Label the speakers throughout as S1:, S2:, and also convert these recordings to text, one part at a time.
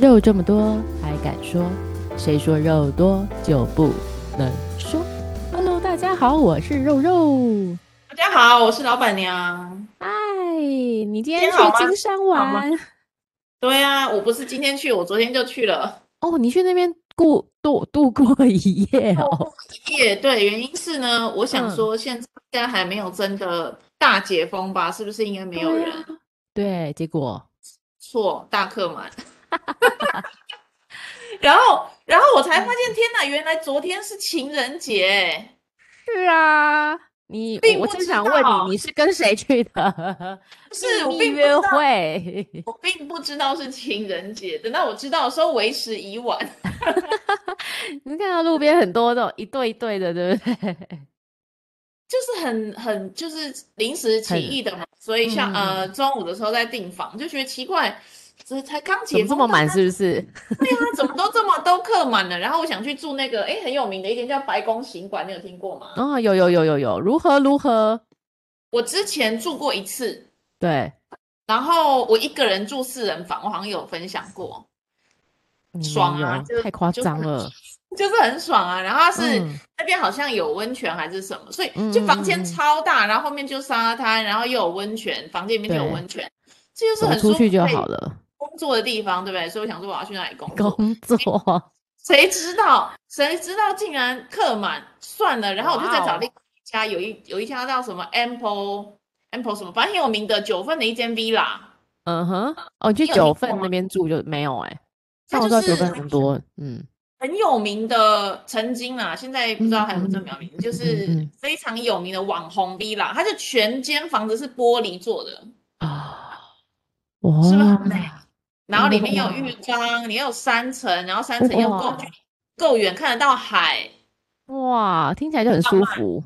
S1: 肉这么多还敢说？谁说肉多就不能说？Hello，大家好，我是肉肉。
S2: 大家好，我是老板娘。
S1: 嗨，你今天
S2: 天
S1: 去
S2: 好吗
S1: 金山
S2: 好吗
S1: 玩
S2: 对啊，我不是今天去，我昨天就去了。
S1: 哦？你去那边过度度过一夜哦？
S2: 耶，对，原因是呢，我想
S1: 嗯
S2: 说现在还没有真的大解封吧，是不是应该没有
S1: 对啊
S2: 人？
S1: 对，结果
S2: 错，大客满。 然后，然后我才发现，天哪，原来昨天是情人节欸。
S1: 是啊，你
S2: 并
S1: 我
S2: 不
S1: 正
S2: 知
S1: 想问
S2: 道
S1: 你，你是跟谁去的？
S2: 不是，我
S1: 秘密
S2: 并不知
S1: 约
S2: 道，
S1: 会。
S2: 我并不知道是情人节。等到我知道的时候，为时已晚。
S1: 你看到路边很多那种一对一对的，对不对？
S2: 就是很很就是临时起
S1: 很
S2: 意的嘛，所以像、
S1: 嗯
S2: 呃中午的时候在订房，就觉得奇怪，这才刚
S1: 怎
S2: 解
S1: 么这
S2: 封，
S1: 么满？
S2: 大
S1: 是不是？
S2: 家啊怎么都这么都客满了？然后我想去住那个哎很有名的一间叫白宫行馆，你有听过吗？
S1: 哦，有有有有有，如何如何？
S2: 我之前住过一次，
S1: 对，
S2: 然后我一个人住四人房，我好像有分享过，
S1: 你
S2: 爽
S1: 没
S2: 啊
S1: 有
S2: 就
S1: 太夸
S2: 就
S1: 张
S2: 是
S1: 了。
S2: 就是很爽啊。然后它是、
S1: 嗯
S2: 那边好像有温泉还是什么，所
S1: 嗯
S2: 以就
S1: 嗯
S2: 房
S1: 嗯
S2: 间
S1: 嗯
S2: 超大，然后后面就沙滩，然后又有温泉，房间里面就有
S1: 对
S2: 温泉，这就是
S1: 走
S2: 很
S1: 出
S2: 舒
S1: 去
S2: 服
S1: 就
S2: 可以
S1: 好 了。
S2: 工作的地方，对不对？所以我想说我要去那里工作，
S1: 工作，
S2: 谁知道谁知道竟然客满，算了，然后我就再
S1: 哇哦
S2: 找另一家，有一有一家叫什么 Ample Ample 什么，反正很有名的九份的一间 villa，
S1: 嗯哼，哦，你去
S2: 你有
S1: 九
S2: 听过
S1: 份那
S2: 吗
S1: 边住就没有哎、欸，但
S2: 它
S1: 我知
S2: 就
S1: 道九
S2: 是
S1: 份很多，嗯，
S2: 很有名的曾经啦，现在不知道还有没有这么有名，就
S1: 嗯
S2: 是
S1: 嗯
S2: 非常有名的网红 villa，它就全间房子是玻璃做的，
S1: 啊，
S2: 是不是
S1: 哇
S2: 很，美？然后里面有
S1: 哇
S2: 浴缸，你有三层，然后三层又够
S1: 哇
S2: 距够远看得到海，
S1: 哇，听起来就很舒服，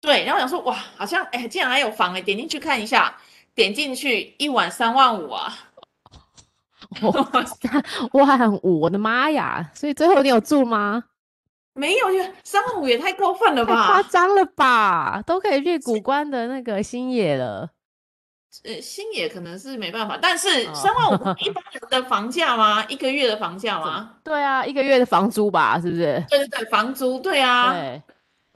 S2: 对，然后我想说，哇，好像哎，竟然还有房哎，点进去看一下，点进去一晚三万五啊！
S1: 哇万五，我的妈呀！所以最后你有住吗？
S2: 没有，就三万五也太过分了
S1: 太夸
S2: 吧？
S1: 张了吧，都可以去古关的那个新野了。
S2: 呃，新野可能是没办法，但是
S1: 哦
S2: 三万五一般人的房价吗？一个月的房 价吗？
S1: 对啊，一个月的房租吧，是不是？
S2: 对对对，房租，对啊，
S1: 对，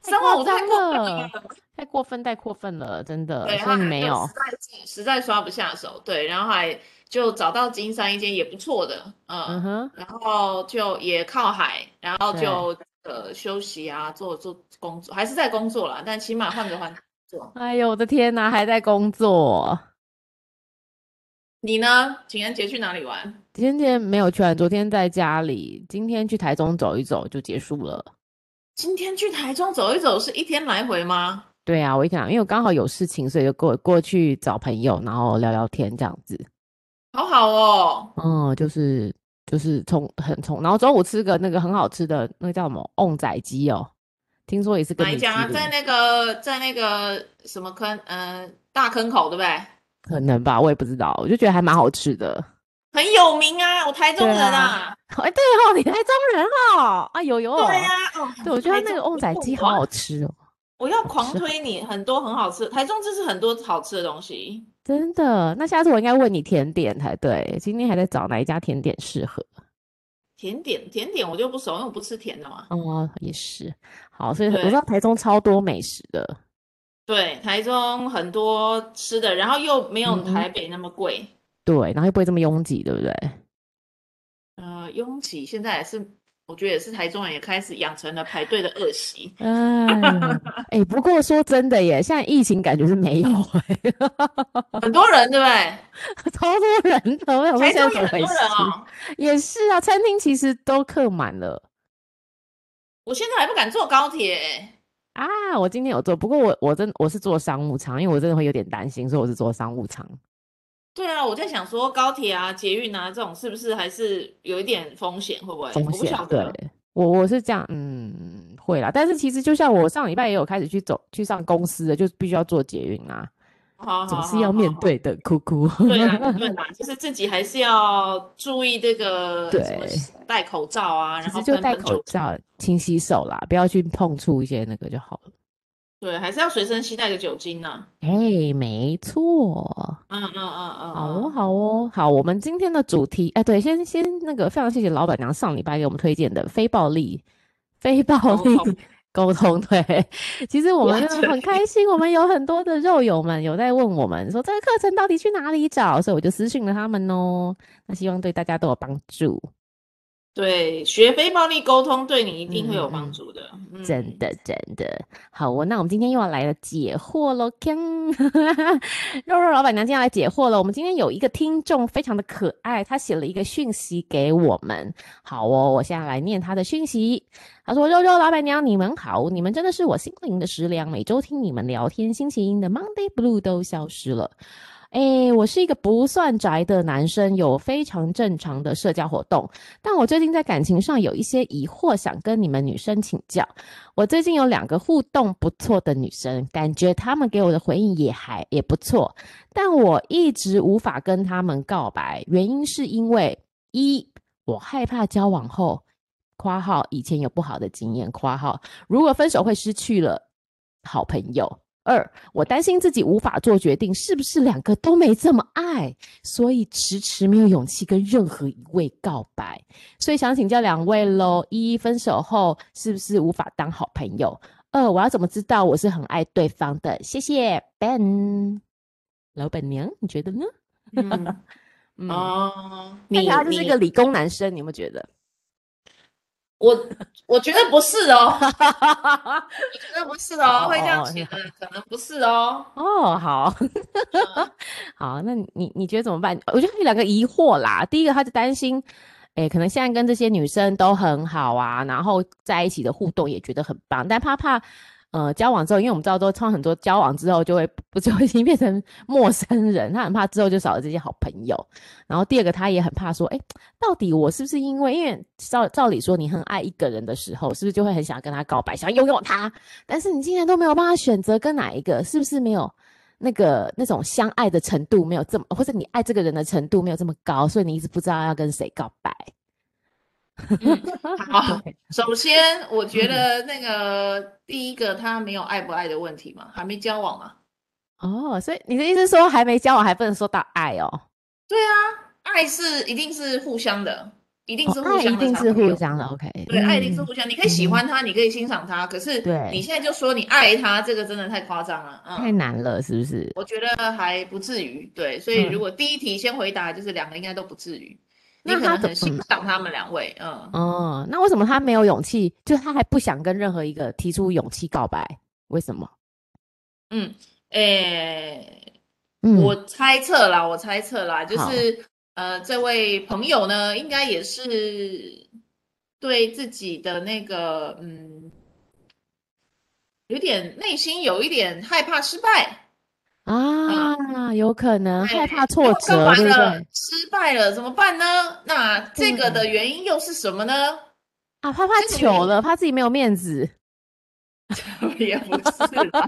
S2: 三万五太过分
S1: 夸张了。太过分，太过分了，真的。
S2: 对，
S1: 所以
S2: 后
S1: 你
S2: 来
S1: 没
S2: 就
S1: 有
S2: 实在是实在刷不下手，对，然后还就找到金山一间也不错的，
S1: 嗯
S2: 嗯，
S1: 哼，
S2: 然后就也靠海，然后
S1: 对
S2: 就呃休息啊，做做工作，还是在工作啦，但起码换个环境 做。
S1: 哎呦我的天哪，还在工作。
S2: 你呢？情人节去哪里玩？
S1: 今天没有去玩，昨天在家里，今天去台中走一走就结束了。
S2: 今天去台中走一走，是一天来回吗？
S1: 对啊，我一想，因为我刚好有事情，所以就过过去找朋友，然后聊聊天这样子。
S2: 好好哦，
S1: 嗯，就是就是冲很冲，然后中午吃个那个很好吃的那个叫什么瓮仔鸡哦，听说也是跟
S2: 哪一
S1: 米其
S2: 家？
S1: 林
S2: 在那个在那个什么坑，呃，大坑口对不对？
S1: 可能吧，我也不知道，我就觉得还蛮好吃的。
S2: 很有名啊，我台中
S1: 对
S2: 人
S1: 啊 哎，对哦，你台中人哦，哎呦呦，
S2: 对呀、哦，
S1: 对我觉得
S2: 台
S1: 那个
S2: 中
S1: 瓮仔鸡好
S2: 我
S1: 好吃哦，
S2: 我要狂
S1: 吃
S2: 推你很多很好吃的，台中真是很多好吃的东西。
S1: 真的。那下次我应该问你甜点才对，今天还在找哪一家甜点适合。
S2: 甜点，甜点我就不熟，因为我不吃甜的嘛。
S1: 哦，也是，好，所以我
S2: 对
S1: 知道台中超多美食的，
S2: 对，台中很多吃的，然后又没有
S1: 嗯哼
S2: 台北那么贵。
S1: 对，然后又不会这么拥挤，对不对？
S2: 呃，拥挤现在也是，我觉得也是台中人也开始养成了排队的 恶习。
S1: 哎呀，哎，不过说真的耶，现在疫情感觉是没有哎，
S2: 很多人对不对？
S1: 超多人的，我想说
S2: 台
S1: 现在
S2: 中
S1: 怎
S2: 也
S1: 么
S2: 很
S1: 回
S2: 多
S1: 事？
S2: 人哦，
S1: 也是啊，餐厅其实都客满了
S2: 我现在还不敢坐高铁欸。
S1: 啊。我今天有做，不过我我真我是坐商务舱，因为我真的会有点担心，所以我是坐商务舱。
S2: 对啊，我在想说高铁啊、捷运啊这种是不是还是有一点风险，会不会？
S1: 风
S2: 啊我不
S1: 险
S2: 晓。
S1: 对
S2: 得。
S1: 我我是这样，嗯，会啦。但是其实就像我上礼拜也有开始去走去上公司的，就必须要做捷运啊，
S2: 好
S1: 总
S2: 好
S1: 是
S2: 好
S1: 要
S2: 好
S1: 面
S2: 好
S1: 对的，哭哭。
S2: 哦对啊啦，对啦，就是自己还是要注意这个什么
S1: 对
S2: 戴口罩啊，然
S1: 其
S2: 后
S1: 实就
S2: 跟
S1: 戴
S2: 喷
S1: 口
S2: 酒精
S1: 罩、勤洗手啦，不要去碰触一些那个就好了。
S2: 对，还是要随身携带个酒精啊呢、
S1: 哎，没错。
S2: 嗯嗯嗯嗯，
S1: 好
S2: 嗯
S1: 哦，好哦，好。我们今天的主题，哎，对，先先那个，非常谢谢老板娘上礼拜给我们推荐的非暴力、非暴
S2: 沟
S1: 力
S2: 通
S1: 沟通。对，其实我
S2: 哇
S1: 们
S2: 这
S1: 很开心，我们有很多的肉友们有在问我们说这个课程到底去哪里找，所以我就私讯了他们哦。那希望对大家都有帮助，
S2: 对，学非暴力沟通对你一定会有
S1: 嗯嗯嗯
S2: 帮助的，嗯
S1: 真的真的。好哦，那我们今天又要来了解惑喽，锵 肉肉老板娘今天要来解惑了。我们今天有一个听众非常的可爱，他写了一个讯息给我们。好哦，我现在来念他的讯息。他说：“肉肉老板娘，你们好，你们真的是我心灵的食粮。每周听你们聊天，星期一的 Monday Blue 都消失了。哎，我是一个不算宅的男生，有非常正常的社交活动，但我最近在感情上有一些疑惑，想跟你们女生请教。我最近有两个互动不错的女生，感觉她们给我的回应也还也不错，但我一直无法跟她们告白，原因是因为一我害怕交往后（括号以前有不好的经验）（括号如果分手会失去了好朋友）。二，我担心自己无法做决定，是不是两个都没这么爱，所以迟迟没有勇气跟任何一位告白。所以想请教两位喽：一，分手后是不是无法当好朋友？二，我要怎么知道我是很爱对方的？谢谢 Ben，老板娘，你觉得呢？
S2: 嗯
S1: 嗯，
S2: 哦，
S1: 看
S2: 你
S1: 起来他就是
S2: 你
S1: 个理工男生，你有没有觉得？
S2: 我我觉得不是 哦，我觉得不是哦，会这
S1: 哦
S2: 样
S1: 哦
S2: 写的可能不是哦。
S1: 哦，好，好，那你你觉得怎么办？我觉得有两个疑惑啦。第一个，他就担心，诶，可能现在跟这些女生都很好啊，然后在一起的互动也觉得很棒，但怕怕，呃，交往之后，因为我们知道都唱很多交往之后就会不就已经变成陌生人，他很怕之后就少了这些好朋友。然后第二个，他也很怕说，诶，到底我是不是因为，因为照照理说，你很爱一个人的时候，是不是就会很想跟他告白，想拥有他？但是你竟然都没有办法选择跟哪一个，是不是没有那个那种相爱的程度没有这么，或者你爱这个人的程度没有这么高，所以你一直不知道要跟谁告白？
S2: 嗯 好，首先我
S1: 嗯
S2: 觉得那个第一个他没有爱不爱的问题嘛，还没交往嘛。
S1: 哦，所以你的意思是说还没交往还不能说到爱哦？
S2: 对啊，爱是一定是互相的，一定
S1: 哦
S2: 是互
S1: 爱
S2: 相
S1: 一
S2: 的
S1: 定
S2: 才
S1: 是
S2: 会
S1: 互
S2: 有
S1: 相的，OK？
S2: 对，爱一定是
S1: 嗯
S2: 互相。你可以喜欢他，你可以欣赏他，可是
S1: 对
S2: 你现在就说你爱他，这个真的太夸张了。
S1: 太
S2: 嗯，
S1: 难了，是不是？
S2: 我觉得还不至于。对，所以
S1: 嗯
S2: 如果第一题先回答，就是两个应该都不至于。你
S1: 那
S2: 可
S1: 他
S2: 能
S1: 怎
S2: 很
S1: 么
S2: 欣赏他们两位，嗯，
S1: 哦，那为什么他没有勇气？就他还不想跟任何一个提出勇气告白，为什么？
S2: 诶，
S1: 嗯，
S2: 我猜测啦，我猜测啦，就
S1: 好
S2: 是呃，这位朋友呢，应该也是对自己的那个嗯，有点内心有一点害怕失败，
S1: 啊，有可能害
S2: 哎
S1: 怕
S2: 如
S1: 挫
S2: 果告
S1: 折，
S2: 白
S1: 对不
S2: 了
S1: 对？
S2: 失败了怎么办呢？那这个的原因又是什么呢？
S1: 啊，怕怕
S2: 这个原
S1: 糗
S2: 因
S1: 了，怕自己没有面子。
S2: 也不是啦，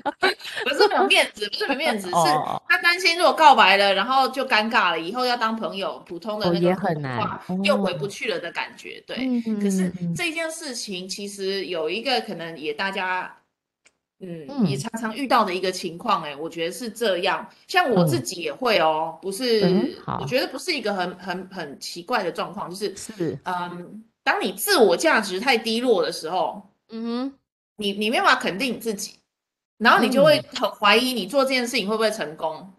S2: 不是没有面子，不是没面子，是
S1: 哦
S2: 他担心如果告白了，然后就尴尬了，以后要当朋友，普通的
S1: 哦
S2: 那
S1: 也
S2: 个普
S1: 很
S2: 通
S1: 难
S2: 话又回不
S1: 哦
S2: 去了的感觉。对，
S1: 嗯，
S2: 可是
S1: 嗯嗯
S2: 这件事情其实有一个可能也大家，嗯，也
S1: 嗯
S2: 常常遇到的一个情况，哎，我觉得是这样。像我自
S1: 嗯
S2: 己也会哦，不
S1: 嗯
S2: 是，
S1: 好
S2: 我觉得不是一个很很很奇怪的状况，就是，
S1: 是，
S2: 嗯，当你自我价值太低落的时候，
S1: 嗯哼，
S2: 你你没办法肯定你自己，然后你就会
S1: 嗯
S2: 很怀疑你做这件事情会不会成功。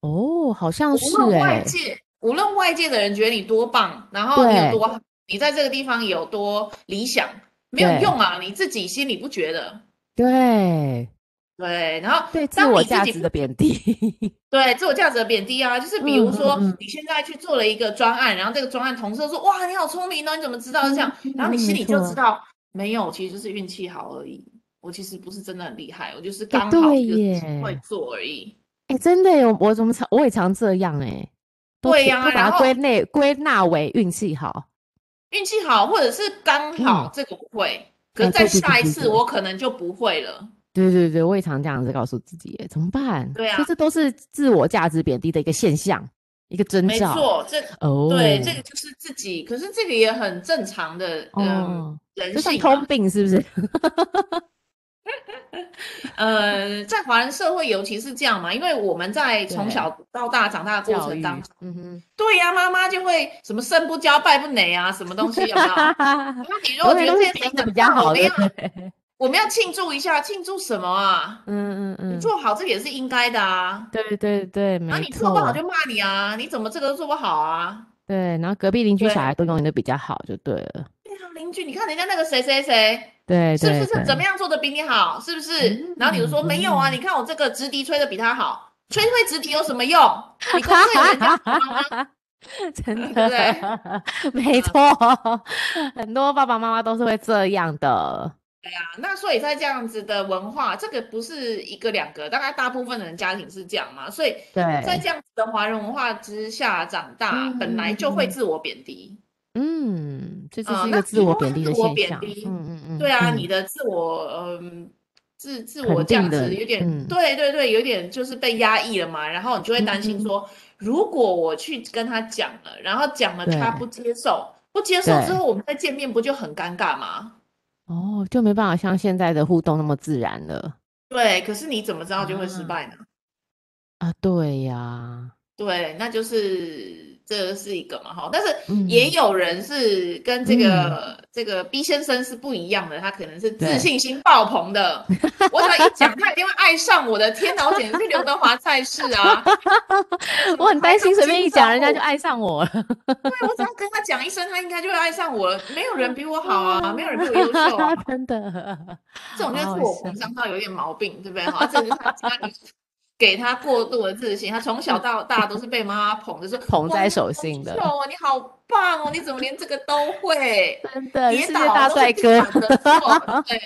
S1: 哦，好像
S2: 无
S1: 是
S2: 论外
S1: 哎，
S2: 界，无论外界的人觉得你多棒，然后你
S1: 对
S2: 有多好，你在这个地方有多理想，没有
S1: 对
S2: 用啊，你自己心里不觉得。
S1: 对
S2: 对，然后
S1: 对，自
S2: 当
S1: 我
S2: 你自
S1: 价
S2: 己
S1: 值
S2: 不
S1: 的贬低，
S2: 对自我价值的贬低啊，就是比如
S1: 嗯嗯
S2: 说
S1: 嗯
S2: 你现在去做了一个专案，然后这个专案同事都说哇你好聪明哦，你怎么知道是这样？然后你
S1: 嗯
S2: 心
S1: 没
S2: 里就
S1: 错
S2: 知道没有，其实就是运气好而已。我其实不是真的很厉害，我就是
S1: 哎
S2: 刚好
S1: 对
S2: 有机会
S1: 耶
S2: 做而已。
S1: 哎，真的耶，我我怎么常我也常这样哎，都
S2: 对
S1: 只
S2: 呀
S1: 都把
S2: 然
S1: 它
S2: 后
S1: 归类归纳为运气好，
S2: 运气好，或者是刚好
S1: 嗯
S2: 这个我会，可
S1: 哎
S2: 是再
S1: 对对
S2: 下
S1: 对
S2: 一
S1: 对
S2: 次
S1: 对
S2: 我可能就不会了。
S1: 对对对，我也常这样子告诉自己耶，怎么办？
S2: 对
S1: 所以
S2: 啊
S1: 这都是自我价值贬低的一个现象，一个征
S2: 没
S1: 兆
S2: 错，这
S1: 哦，
S2: 对这个就是自己，可是这个也很正常的，嗯，
S1: 哦，
S2: 人
S1: 这算
S2: 性
S1: 通
S2: 嘛。
S1: 病是不是？
S2: 呃，在华人社会尤其是这样嘛，因为我们在从
S1: 对
S2: 小到大长大的过
S1: 教
S2: 程
S1: 育
S2: 当中，，
S1: 嗯
S2: 对呀、妈妈就会什么生不教败不馁啊，什么东西有没有？
S1: 哼，
S2: 那
S1: 哈哈，
S2: 你如果觉得这件事情
S1: 的
S2: 很
S1: 比较
S2: 棒我
S1: 好的
S2: 们要，
S1: 对
S2: 我们要庆祝一下，庆祝什么啊？
S1: 嗯嗯
S2: 你
S1: 嗯，
S2: 做好这也是应该的啊，
S1: 对对对，
S2: 然后
S1: 没
S2: 你做
S1: 错
S2: 不，好就骂你啊，你怎么这个都做不好啊？
S1: 对，然后隔壁邻居
S2: 对
S1: 小孩都永远都比较好，就对了，
S2: 对啊，邻居，你看人家那个谁谁谁，
S1: 对
S2: 是不
S1: 对
S2: 是
S1: 对
S2: 怎么样做的比你好？是不
S1: 嗯
S2: 是？然后你就说没有啊，
S1: 嗯
S2: 你看我这个直笛吹的比他好，吹吹直笛有什么 用？你公司有人家好吗？
S1: 真
S2: 对不嗯
S1: 的，没错，很多爸爸妈妈都是会这样的，
S2: 那所以在这样子的文化，这个不是一个两个，大概大部分的人家庭是这样嘛，所以
S1: 对，
S2: 在这样子的华人文化之下长大，
S1: 嗯
S2: 本来就
S1: 嗯
S2: 会
S1: 嗯
S2: 自我贬低。
S1: 嗯，这就
S2: 呃
S1: 是一
S2: 那
S1: 个
S2: 你
S1: 自我
S2: 如果
S1: 贬低
S2: 自
S1: 的
S2: 我
S1: 现
S2: 贬
S1: 象，
S2: 低
S1: 嗯嗯嗯，
S2: 对啊，
S1: 嗯
S2: 你的自我，嗯，自自
S1: 肯
S2: 我价
S1: 定的
S2: 值有点，
S1: 嗯
S2: 对对对，有点就是被压抑了嘛。然后你就会担心
S1: 嗯
S2: 说，如果我去跟他讲了，然后讲了他
S1: 对
S2: 不接受，不接受之
S1: 对
S2: 后我们再见面不就很尴尬吗？
S1: 哦，就没办法像现在的互动那么自然了
S2: 对，可是你怎么知道就会失
S1: 啊
S2: 败呢？
S1: 啊，对呀，
S2: 对，那就是这是一个嘛哈，但是
S1: 嗯，
S2: 也有人是跟这个、这个 B 先生是不一样的，他可能是
S1: 对
S2: 自信心爆棚的。我只要一讲，他一定会爱上我的。天哪，我简直是刘德华在世啊！
S1: 我很担心，随便一讲人家就
S2: 爱。
S1: 爱上我了，
S2: 对，我只要跟他讲一声，他应该就会爱上我了。没有人比我好啊，没有人比我优秀啊。
S1: 真的，
S2: 这种就是
S1: 好
S2: 自
S1: 好
S2: 我
S1: 笑
S2: 膨胀到有点毛病，对不对？哈，这就是他家里给他过度的自信，他从小到大都是被妈妈捧着说
S1: 捧
S2: 哇
S1: 在
S2: 你
S1: 手
S2: 好
S1: 心的
S2: 优秀哦，你好棒哦，你怎么连这个都会？
S1: 真的，
S2: 跌
S1: 呃世界
S2: 倒
S1: 大
S2: 都是
S1: 帅
S2: 地
S1: 哥，
S2: 板 的错，对，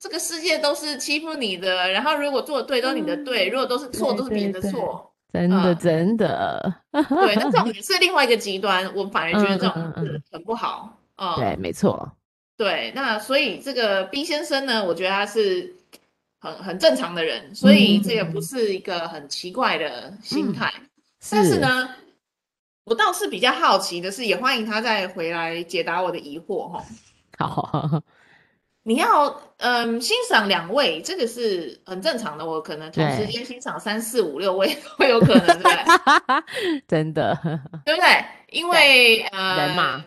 S2: 这个世界都是欺负你的，然后如果做的对都是你的对，如果都是错
S1: 嗯对
S2: 都是别人的
S1: 对对
S2: 错，
S1: 真的
S2: 嗯
S1: 真的，
S2: 对，那这种也是另外一个极端，我反而觉得这
S1: 嗯嗯嗯
S2: 种
S1: 嗯
S2: 是很不好，嗯，
S1: 对，没错，
S2: 对，那所以这个 B 先生呢，我觉得他是很很正常的人，所以这也
S1: 嗯
S2: 不是一个很奇怪的心态。但是呢，我倒是比较好奇的是，也欢迎他再回来解答我的疑惑哈。
S1: 好，
S2: 你要嗯欣赏两位，这个是很正常的，我可能同时
S1: 对
S2: 间欣赏三四五六位都有可能，对不 对？
S1: 真的，
S2: 对不对？因为呃，
S1: 人嘛，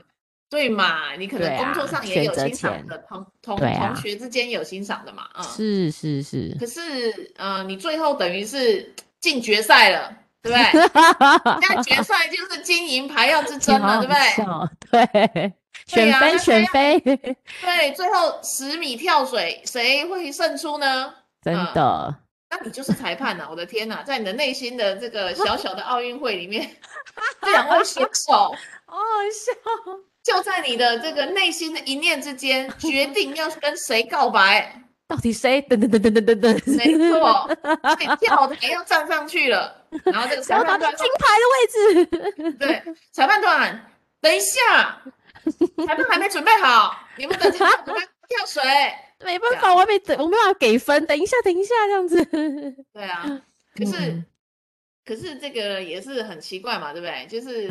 S2: 对嘛，你可
S1: 对
S2: 能工作
S1: 啊
S2: 上也
S1: 选
S2: 有
S1: 择
S2: 欣赏
S1: 前
S2: 的，同同
S1: 对啊
S2: 同学之间也有欣赏的嘛，嗯。
S1: 是是是，
S2: 可是，呃，你最后等于是进决赛了，对 不对？
S1: 你
S2: 那决赛就是金银牌要之争
S1: 好
S2: 嘛，对不对？
S1: 好笑？ 对，选
S2: 呀
S1: 妃
S2: 那
S1: 选妃，
S2: 对，最后十米跳水谁会胜出呢？
S1: 真
S2: 嗯
S1: 的。
S2: 那你就是裁判呐、我的天呐，在你的内心的这个小小的奥运会里面，这两位选手
S1: 好好笑，
S2: 就在你的这个内心的一念之间，决定要跟谁告白，
S1: 到底谁？等等等等等等等，
S2: 没错，所以跳台要站上去了。然后这 个
S1: 想要
S2: 裁
S1: 打
S2: 判
S1: 到
S2: 团
S1: 金牌的位置。
S2: 对，裁判团，等一下，裁判还没准备好，你们等一下准备跳水。
S1: 没办
S2: 对啊
S1: 法，我还没等，我没办法给分。等一下，等一下，这样子。
S2: 对啊，可是、
S1: 嗯
S2: 可是这个也是很奇怪嘛，对不 对？就是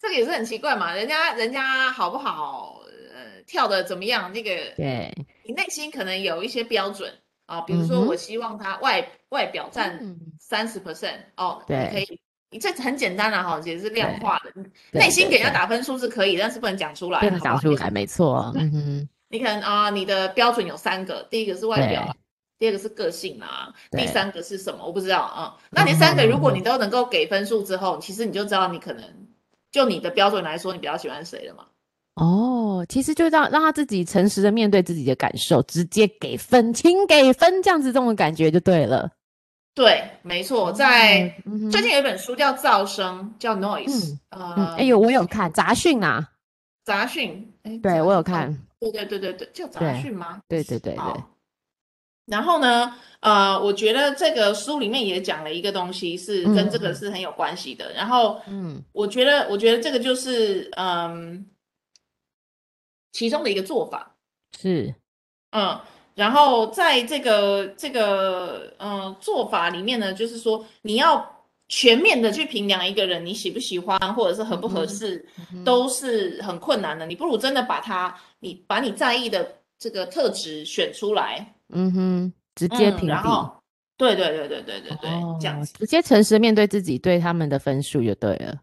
S2: 这个也是很奇怪嘛，人家人家好不好，呃，跳的怎么样？那个
S1: 对，
S2: 你内心可能有一些标准啊，比如说
S1: 嗯哼
S2: 我希望他外、外表占
S1: 嗯
S2: 三十 percent 哦，你
S1: 对
S2: 可以。你这很简单啊啦，哈，也是量
S1: 对
S2: 化的。你
S1: 对
S2: 内心
S1: 对
S2: 给人家
S1: 对
S2: 打分数是可以，但是不能讲出来，
S1: 不能
S2: 好不
S1: 讲
S2: 好
S1: 出
S2: 你
S1: 来，没错。嗯哼，
S2: 你可能啊、你的标准有三个，第一个是外表啊，第二个是个性啊，
S1: 对嗯
S2: 第三个是什么？我不知道啊、那你三个，如果你都能够给分数之后，其实你就知道你可能就你的标准来说，你比较喜欢谁了嘛？
S1: 哦，其实就让让他自己诚实的面对自己的感受，直接给分，请给分，这样子这种感觉就对了。
S2: 对，没错，在、
S1: 嗯哼
S2: 最近有一本书叫《噪声》，叫 Noise，、
S1: 嗯
S2: 呃，
S1: 哎呦，我有看杂讯啊，
S2: 杂讯，哎，
S1: 对
S2: 杂
S1: 我有
S2: 讯
S1: 看，，
S2: 对对对对对，叫杂
S1: 对
S2: 讯吗？
S1: 对对对对
S2: 好，然后呢，呃，我觉得这个书里面也讲了一个东西，是跟这
S1: 嗯嗯
S2: 个
S1: 嗯
S2: 是很有关系的。然后
S1: 嗯，
S2: 我觉得，我觉得这个就是嗯，其中的一个做法，
S1: 是，
S2: 嗯。然后在这个这个嗯做法里面呢，就是说你要全面的去评量一个人你喜不喜欢，或者是合不合
S1: 嗯哼
S2: 适，
S1: 嗯哼
S2: 都是很困难的。你不如真的把他，你把你在意的这个特质选出来，
S1: 嗯哼，直接
S2: 嗯
S1: 屏
S2: 然
S1: 蔽，
S2: 后对对对对对对对，这样
S1: 哦
S2: 子，
S1: 直接诚实面对自己对他们的分数就对了。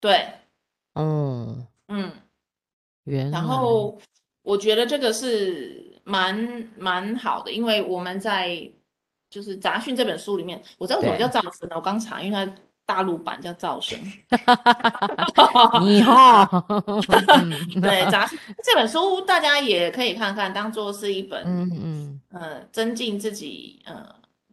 S2: 对，
S1: 嗯，
S2: 嗯，
S1: 原来，
S2: 然后我觉得这个是蛮蛮好的，因为我们在就是《杂讯》这本书里面，我知道什么
S1: 对
S2: 叫噪声呢？我刚查，因为它大陆版叫噪 声。
S1: 你嗯哈，
S2: 对，《杂讯》这本书大家也可以看看，当做是一本
S1: 嗯嗯，
S2: 呃增进自己呃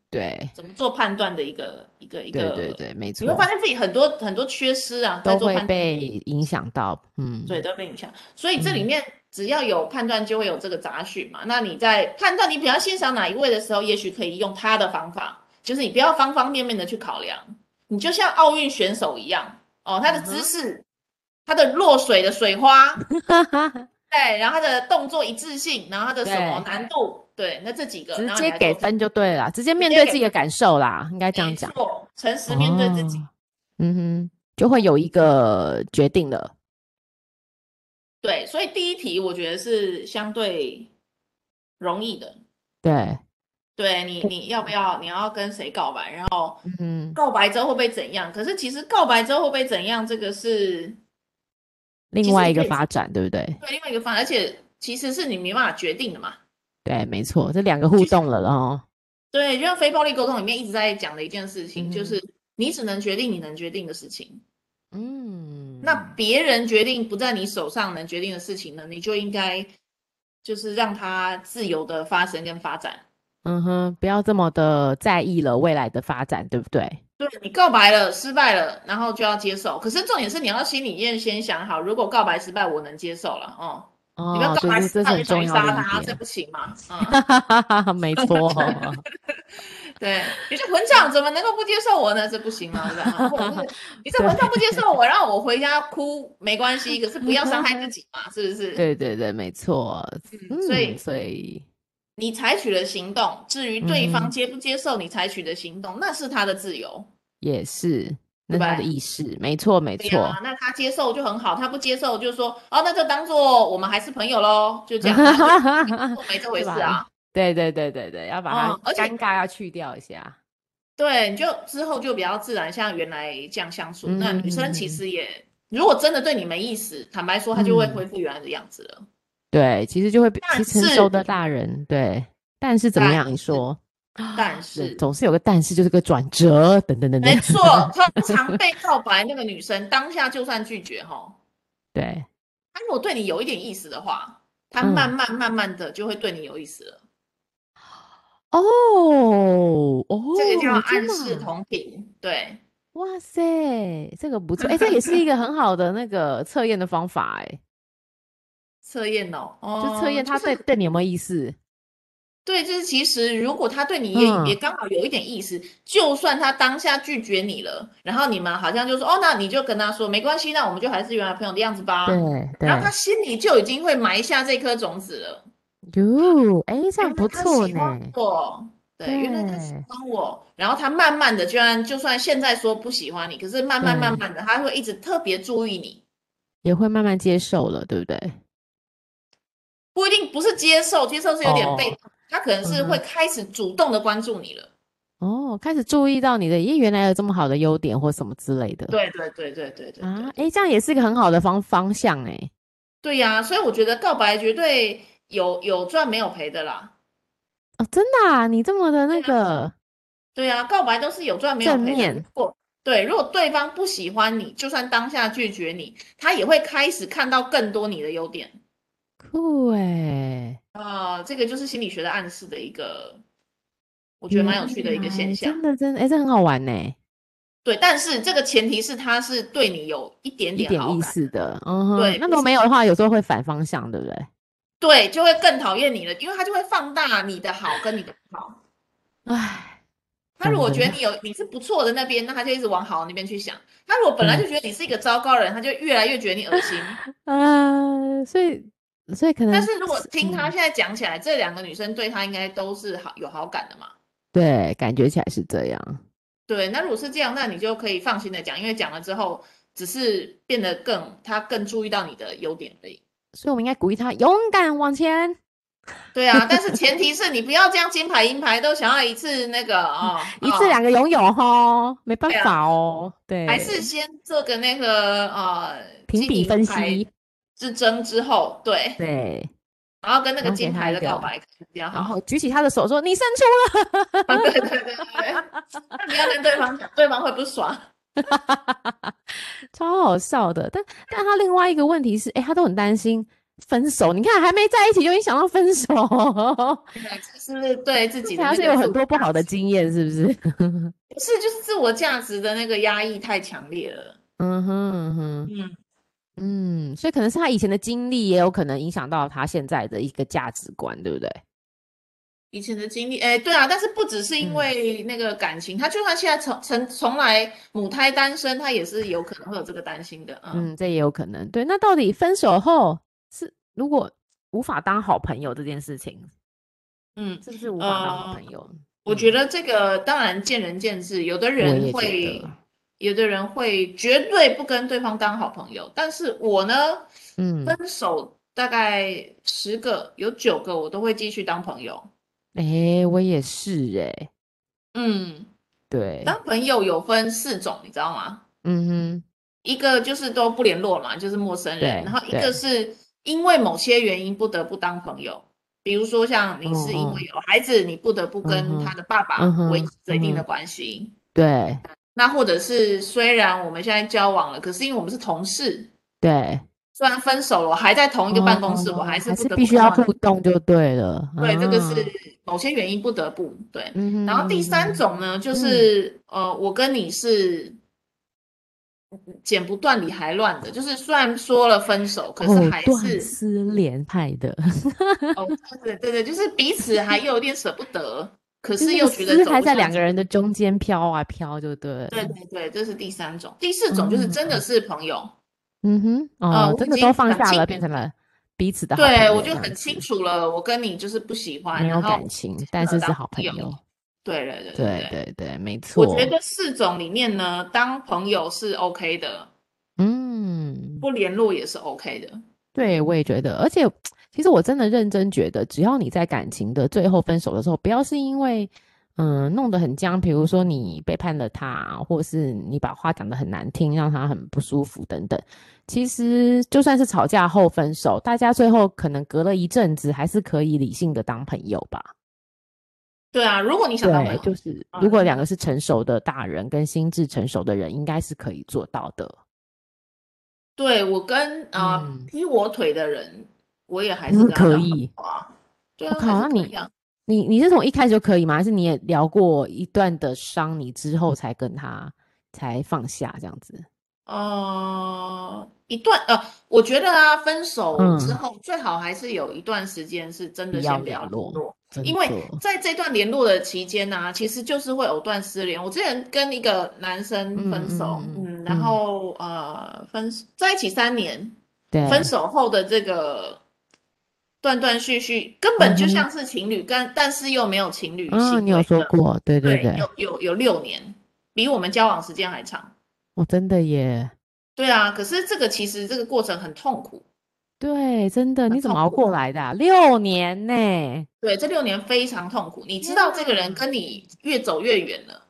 S1: 对
S2: 怎么做判断的一个一个一
S1: 对
S2: 个，
S1: 对对，没
S2: 你会
S1: 错
S2: 发，现自己很多很多缺失啊，在
S1: 都
S2: 做
S1: 会
S2: 判断
S1: 被影响到，嗯，
S2: 对，都被影响。所以这里面只要有判断，就会有这个杂讯嘛。那你在判断你比较欣赏哪一位的时候，也许可以用他的方法，就是你不要方方面面的去考量，你就像奥运选手一样哦，他的
S1: 嗯
S2: 姿势、他的落水的 水花，对，然后他的动作一致性，然后他的什么
S1: 对
S2: 难度，对，那这几个，
S1: 直
S2: 然后你
S1: 接
S2: 来
S1: 给
S2: 做
S1: 分就对了，直接面
S2: 接
S1: 对
S2: 给
S1: 自己的感受啦，应该这样
S2: 没
S1: 讲，
S2: 错，诚实面对自己。
S1: 哦嗯哼，就会有一个决定了，
S2: 对，所以第一题我觉得是相对容易的。嗯
S1: 对，
S2: 对你，你要不要？你要跟谁告白？然后
S1: 嗯哼，
S2: 告白之后会被怎样？可是其实告白之后会被怎样，这个是其
S1: 另
S2: 实
S1: 外
S2: 你
S1: 一个
S2: 可以
S1: 发展，对不对？
S2: 对另外一个方，而且其实是你没办法决定的嘛。
S1: 对，没错，这两个互
S2: 实
S1: 动了哦，
S2: 对，就像非暴力沟通里面一直在讲的一件事情，就
S1: 嗯
S2: 是你只能决定你能决定的事情。
S1: 嗯，
S2: 那别人决定不在你手上能决定的事情呢，你就应该就是让它自由的发生跟发展。
S1: 嗯哼，不要这么的在意了未来的发展，对不对？
S2: 对你告白了，失败了，然后就要接受。可是重点是你要心里面先想好，如果告白失败，我能接受了哦。你不要
S1: 哦，
S2: 告
S1: 对
S2: 白
S1: 对，
S2: 失
S1: 这是
S2: 败
S1: 很
S2: 就想
S1: 重
S2: 去
S1: 要
S2: 杀
S1: 的
S2: 他，
S1: 一
S2: 这
S1: 点。
S2: 不行 吗？嗯，
S1: 哈哈哈 哈，没错，
S2: 对，你是混账，怎么能够不接受我呢？这不行吗？是吧？或者 是你这混账不接受我，让我回家哭没关系，可是不要伤害自己嘛，是不是？
S1: 对对对，没错。
S2: 嗯 所以
S1: 嗯所以，
S2: 你采取了行动，至于对
S1: 嗯哼
S2: 方接不接受你采取的行动，那是他的自由。
S1: 也是，那是
S2: 对
S1: 他
S2: 吧
S1: 的意识，没错没
S2: 对
S1: 错
S2: 啊，，那他接受就很好，他不接受就说哦，那就当做我们还是朋友喽，就这 样，那就没这
S1: 对
S2: 回事
S1: 吧
S2: 啊。
S1: 对对对对对，要把它
S2: 嗯而且
S1: 尴尬要去掉一下，
S2: 对，你就之后就比较自然，像原来这样相处。那女生
S1: 嗯
S2: 其实也，如果真的对你没意思，坦白说，她就会
S1: 嗯
S2: 恢复原来的样子了。
S1: 对，其实就会比
S2: 但
S1: 其实成熟
S2: 是
S1: 的大人，对。但是怎么
S2: 但
S1: 样？你
S2: 是
S1: 说，
S2: 但
S1: 对
S2: 是，
S1: 总是有个但是，就是个转折，等等等等
S2: 没，错，通常被告白那个女生当下就算拒绝哈，
S1: 对，
S2: 她如果对你有一点意思的话，她
S1: 嗯
S2: 慢慢慢慢的就会对你有意思了。
S1: 哦哦，
S2: 这个叫
S1: 真
S2: 暗
S1: 的
S2: 示
S1: 啊
S2: 同频，对。
S1: 哇塞，这个不错，哎、这也 是一个很好的那个测验的方法、诶
S2: 测验哦，
S1: 哎，
S2: 哦，
S1: 就测验他
S2: 就
S1: 对、
S2: 是
S1: 对你有没有意思，
S2: 对，就是其实如果他对你也、
S1: 嗯
S2: 也刚好有一点意思，就算他当下拒绝你了，然后你们好像就说哦，那你就跟他说没关系，那我们就还是原来朋友的样子吧。
S1: 对对
S2: 啊然，后他心里就已经会埋下这颗种子了。
S1: 哟，哎、这样
S2: 原来
S1: 不
S2: 他
S1: 错
S2: 喜
S1: 呢，
S2: 欢我，对，原来他喜
S1: 对
S2: 欢我，然后他慢慢的，就算就算现在说不喜欢你，可是慢慢慢慢的，他会一直特别注意你，
S1: 也会慢慢接受了，对不对？
S2: 不一定不是接受，接受是有点被
S1: 哦
S2: 动，他可能是
S1: 嗯哼
S2: 会开始主动的关注你了。
S1: 哦，开始注意到你的，咦，原来有这么好的优点或什么之类的，
S2: 对对对对对对对
S1: 啊，哎、这样也是一个很好的方方向、诶
S2: 对呀、所以我觉得告白绝对有有赚没有赔的啦。
S1: 哎，哦，真的啊，你这么的那个，
S2: 啊对呀、告白都是有赚没有
S1: 正
S2: 赔的。
S1: 面
S2: 如果对，如果对方不喜欢你，就算当下拒绝你，他也会开始看到更多你的优点。
S1: 酷哎、
S2: 啊、这个就是心理学的暗示的一个，我觉得蛮有趣的一个
S1: 原
S2: 现
S1: 来
S2: 象
S1: 真。的真的，哎、这很好玩呢、
S2: 对，但是这个前提是他是对你有一点
S1: 一
S2: 点
S1: 点
S2: 好
S1: 意
S2: 感，
S1: 思的，嗯哼，
S2: 对
S1: 那
S2: 不
S1: 如果
S2: 是
S1: 没有的话，有时候会反方向，对不对？
S2: 对，就会更讨厌你了，因为他就会放大你的好跟你的不好。
S1: 唉，
S2: 他如果
S1: 讲
S2: 觉
S1: 真
S2: 得你有你是不错的那边，那他就一直往好的那边去想；他如果
S1: 嗯
S2: 本来就觉得你是一个糟糕人，他就越来越觉得你恶心。
S1: 呃，所以所以可能，
S2: 但是如果听他
S1: 嗯
S2: 现在讲起来，这两个女生对他应该都是好有好感的嘛？
S1: 对，感觉起来是这样，
S2: 对，那如果是这样，那你就可以放心的讲，因为讲了之后，只是变得更他更注意到你的优点而已。
S1: 所以我们应该鼓励他勇敢往前，
S2: 对啊，但是前提是你不要这样金牌银牌都想要一次那个哦，
S1: 嗯一次
S2: 哦啊
S1: 两个拥有哈，没办法哦，对，
S2: 还是先做个那个呃
S1: 评比分析，
S2: 之争之后，对，
S1: 对，
S2: 然后跟那个
S1: 然后给
S2: 金
S1: 他
S2: 牌的
S1: 一个
S2: 告白比较
S1: 然
S2: 好。
S1: 后举起他的手说你胜出
S2: 对对对对，对那你要跟对方讲，对方会不爽。
S1: 了，超好笑的。但但他另外一个问题是，哎，他都很担心分手，你看还没在一起就已经想到分手，
S2: 对这是不是对自己的
S1: 他
S2: 那
S1: 啊是
S2: 个
S1: 有
S2: 自
S1: 很多不好的
S2: 自
S1: 经验，是不是？
S2: 不是就是自我价值的那个压抑太强烈了。
S1: 嗯哼嗯哼。
S2: 嗯，
S1: 嗯，所以可能是他以前的经历，也有可能影响到他现在的一个价值观，对不对？
S2: 以前的经历，哎，对啊，但是不只是因
S1: 嗯
S2: 为那个感情，他就算现在从从从来母胎单身，他也是有可能会有这个担心的。嗯，
S1: 嗯，这也有可能。对，那到底分手后是如果无法当好朋友这件事情，
S2: 嗯，
S1: 是不是无法当好
S2: 呃
S1: 朋友？
S2: 我觉得这个当然见仁见智，有的
S1: 嗯我也
S2: 人
S1: 觉
S2: 会
S1: 得，
S2: 有的人会绝对不跟对方当好朋友，但是我呢，
S1: 嗯，
S2: 分手大概十个有九个我都会继续当朋友。
S1: 诶，我也是、诶，
S2: 嗯，
S1: 对，
S2: 当朋友有分四种，你知道吗？
S1: 嗯哼，
S2: 一个就是都不联络嘛，就是陌生人；
S1: 对
S2: 然后一
S1: 对
S2: 个是因为某些原因不得不当朋友，比如说像你是因
S1: 嗯嗯
S2: 为有孩子，你不得不
S1: 嗯
S2: 跟
S1: 哼
S2: 他的爸爸
S1: 嗯哼
S2: 维持着一定的
S1: 嗯
S2: 关系。
S1: 对
S2: 那或者是虽然我们现在交往了，可是因为我们是同事，
S1: 对，
S2: 虽然分手了，我还在同一个办公室，
S1: 哦
S2: 我还是
S1: 还
S2: 不
S1: 是
S2: 得
S1: 必
S2: 不
S1: 须要
S2: 看到
S1: 互
S2: 你
S1: 动就对了。
S2: 对，这个是
S1: 啊，
S2: 某些原因不得不对。
S1: 嗯哼，
S2: 然后第
S1: 嗯
S2: 三
S1: 哼，
S2: 种呢，就是呃，我跟你是剪不断理还乱的，就是虽然说了分手，可是
S1: 藕
S2: 还
S1: 哦断
S2: 是
S1: 丝连派的，
S2: 哦，对对对，就是彼此还有点舍不得，可
S1: 就是那
S2: 又
S1: 个
S2: 觉
S1: 丝
S2: 得走
S1: 还
S2: 不
S1: 在
S2: 下
S1: 两
S2: 去
S1: 个人的中间飘啊飘，就对了。
S2: 对对对，这是第三种。第四种就是真的是朋友。
S1: 嗯哼，
S2: 呃
S1: 哦
S2: 我，
S1: 真
S2: 已
S1: 的
S2: 经
S1: 都放
S2: 很
S1: 下
S2: 清
S1: 了，变成了彼此的好朋
S2: 对，
S1: 友
S2: 我
S1: 这
S2: 就
S1: 样
S2: 很
S1: 子，
S2: 清楚了，我跟你就是不喜欢，
S1: 没有
S2: 然后
S1: 感情，但
S2: 呃
S1: 是是
S2: 当
S1: 好朋
S2: 朋友。
S1: 友。
S2: 对对对
S1: 对
S2: 对，
S1: 对对，没
S2: 我
S1: 错。
S2: 觉得四种里面呢，当朋友是 OK 的，
S1: 嗯，
S2: 不联络也是 OK 的。
S1: 对，
S2: 嗯
S1: 我也觉得，而且其实我真的认真觉得，只要你在感情的最后分手的时候，不要是因为嗯弄得很僵，比如说你背叛了他，或是你把话讲得很难听，让他很不舒服等等。其实就算是吵架后分手，大家最后可能隔了一阵子，还是可以理性的当朋友吧。
S2: 对啊，如果你想当朋
S1: 对，
S2: 友，
S1: 就是
S2: 啊
S1: 如果
S2: 嗯
S1: 两个是成熟的大人跟心智成熟的人，应该是可以做到的。
S2: 对我跟啊、呃
S1: 嗯
S2: 劈我腿的人，我也还
S1: 嗯
S2: 是跟他
S1: 可
S2: 当朋
S1: 以
S2: 友啊。对
S1: 我
S2: 啊，
S1: 靠那
S2: 还是可
S1: 你
S2: 以啊。
S1: 你你是从一开始就可以吗？还是你也聊过一段的伤，你之后才跟他才放下这样子？
S2: 呃，一段呃，我觉得啊，分手之
S1: 嗯
S2: 后最好还是有一段时间是真
S1: 不
S2: 的
S1: 要
S2: 先不
S1: 联
S2: 要联
S1: 络
S2: 络，
S1: 真
S2: 因为
S1: 的，
S2: 在这段联络的期间呢、其实就是会藕断丝连。我之前跟一个男生分手，
S1: 嗯嗯
S2: 嗯，
S1: 嗯
S2: 然
S1: 嗯，
S2: 后呃，分在一起三年，分
S1: 对，
S2: 手后的这个断断续续，根本
S1: 嗯
S2: 就
S1: 哼，
S2: 像是情侣，但但是又没有情侣
S1: 嗯，
S2: 行
S1: 你有
S2: 为
S1: 说
S2: 的，
S1: 过，对对
S2: 对，
S1: 对，
S2: 有有有六年，比我们交往时间还长。
S1: 哦，真的耶，
S2: 对啊，可是这个其实这个过程很痛苦，
S1: 对，真的，
S2: 很
S1: 你怎么
S2: 痛
S1: 熬
S2: 苦。
S1: 过来的啊六年呢？
S2: 对，这六年非常痛苦。你知
S1: 天
S2: 道这个人
S1: 哪，
S2: 跟你越走越远了，可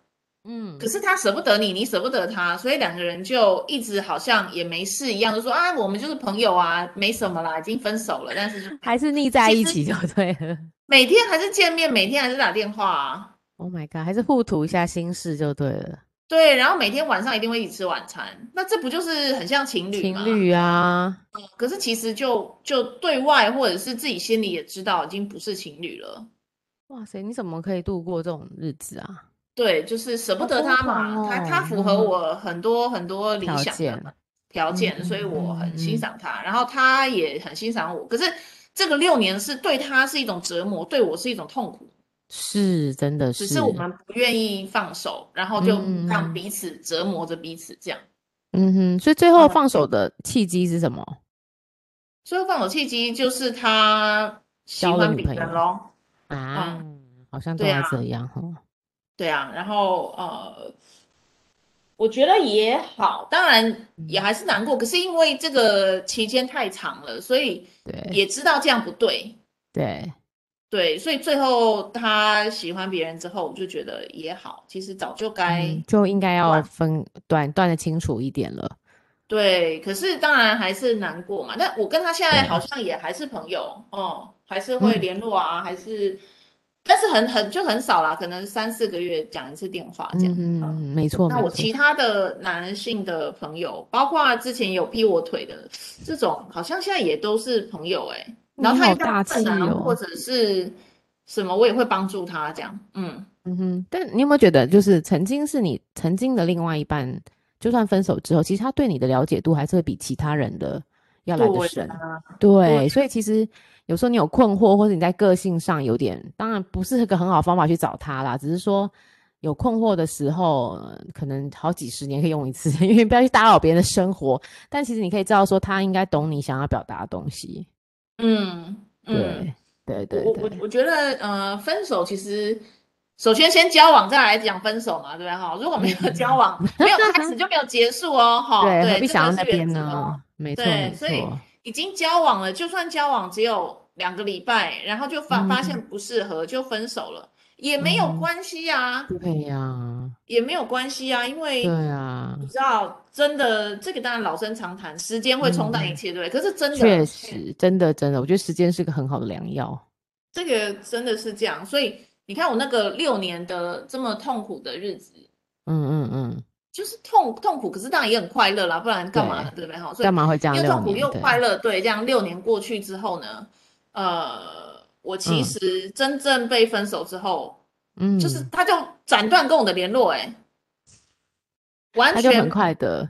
S1: 嗯，
S2: 是他舍不得你，你舍不得他，所以两个人就一直好像也没事一样，就说啊，我们就是朋友啊，没什么啦，已经分手了。但是就
S1: 还是腻在
S2: 其
S1: 一
S2: 实
S1: 起就对了。
S2: 每天还是见面，每天还是打电话啊，
S1: Oh my god，还是互吐一下心事就对了。
S2: 对，然后每天晚上一定会一起吃晚餐，那这不就是很像情侣
S1: 情
S2: 吗？
S1: 侣啊，
S2: 可是其实就就对外或者是自己心里也知道，已经不是情侣了。
S1: 哇塞，你怎么可以度过这种日子啊？
S2: 对，就是舍不
S1: 好
S2: 得
S1: 疯
S2: 他
S1: 狂
S2: 嘛，他他
S1: 哦！
S2: 符合
S1: 嗯，
S2: 我很多很多理
S1: 条
S2: 想的
S1: 件，
S2: 条
S1: 嗯
S2: 件，所以
S1: 嗯
S2: 我
S1: 嗯
S2: 很欣
S1: 嗯，
S2: 赏他，然后他也很欣赏我。可是这个六年是对他是一种折磨，对我是一种痛苦，
S1: 是，真的
S2: 只是我
S1: 是，
S2: 们不愿意放手，然后就让
S1: 嗯
S2: 彼此折磨着彼此这样。
S1: 嗯哼，所以最后
S2: 嗯，
S1: 放手的契机是什么？
S2: 所以放手契机就是他喜
S1: 交了
S2: 欢
S1: 女
S2: 别
S1: 朋
S2: 人
S1: 友
S2: 咯。
S1: 啊，
S2: 嗯，
S1: 好像都
S2: 对
S1: 爱
S2: 啊，
S1: 这样哦。
S2: 对啊，然后呃。我觉得也好，当然也
S1: 嗯，
S2: 还是难过，可是因为这个期间太长了，所以
S1: 对
S2: 也知道这样不对，
S1: 对，
S2: 对，所以最后他喜欢别人之后，我就觉得也好，其实早就该、
S1: 嗯就应该要
S2: 断
S1: 分断断的清楚一点了。
S2: 对，可是当然还是难过嘛。但我跟他现在
S1: 对
S2: 好像也还是朋友，哦、还是会
S1: 嗯
S2: 联络啊，还是，但是很很就很少啦，可能三四个月讲一次电话这样。
S1: 嗯
S2: 嗯
S1: 嗯，没错。
S2: 那
S1: 没
S2: 我
S1: 错
S2: 其他的男性的朋友，包括之前有劈我腿的这种，好像现在也都是朋友哎、然后
S1: 你
S2: 他
S1: 好
S2: 遇到
S1: 大
S2: 困
S1: 气
S2: 难啊
S1: 哦
S2: 或者是什么，我也会帮助他这样。嗯，
S1: 嗯哼，但你有没有觉得，就是曾经是你曾经的另外一半，就算分手之后，其实他对你的了解度还是会比其他人的要来
S2: 对
S1: 的深。
S2: 啊
S1: 对，所以其实有时候你有困惑，或者你在个性上有点，当然不是个很好的方法去找他啦，只是说有困惑的时候，呃可能好几十年可以用一次， 因为不要去打扰别人的生活。但其实你可以知道说，他应该懂你想要表达的东西。
S2: 嗯嗯。
S1: 对，对
S2: 我
S1: 对
S2: 我我
S1: 对，
S2: 我觉得，呃，分手其实首先先交往，再来讲分手嘛，对吧？哈，如果没有交往，没 有开始就没有结束哦，哈，
S1: 嗯对，
S2: 对，
S1: 何必
S2: 这
S1: 想
S2: 个
S1: 到
S2: 是
S1: 那
S2: 原
S1: 边
S2: 则哦
S1: 呢？没错，
S2: 对
S1: 没
S2: 所以
S1: 错。
S2: 已经交往了，就算交往只有两个礼拜，然后就发发现不适合就分手了，也没有
S1: 嗯
S2: 关系啊，
S1: 对呀、
S2: 也没有关系啊，因为
S1: 对啊，
S2: 你知道，真的这个当然老生常谈，时间会冲淡一
S1: 嗯
S2: 切，对不对，可是真的
S1: 确实，真的真的，我觉得时间是个很好的良药。
S2: 这个真的是这样，所以你看我那个六年的这么痛苦的日子，
S1: 嗯嗯嗯，
S2: 就是痛痛苦，可是当然也很快乐啦，不然干嘛呢？对不对？哈，所以
S1: 干嘛会这样
S2: 又
S1: 六
S2: 痛苦
S1: 年？
S2: 又
S1: 对
S2: 快乐，对，这样六年过去之后呢，呃，我其
S1: 嗯
S2: 实真正被分手之后，
S1: 嗯，
S2: 就是他就斩断跟我的联络、欸，完
S1: 他就很
S2: 全
S1: 快的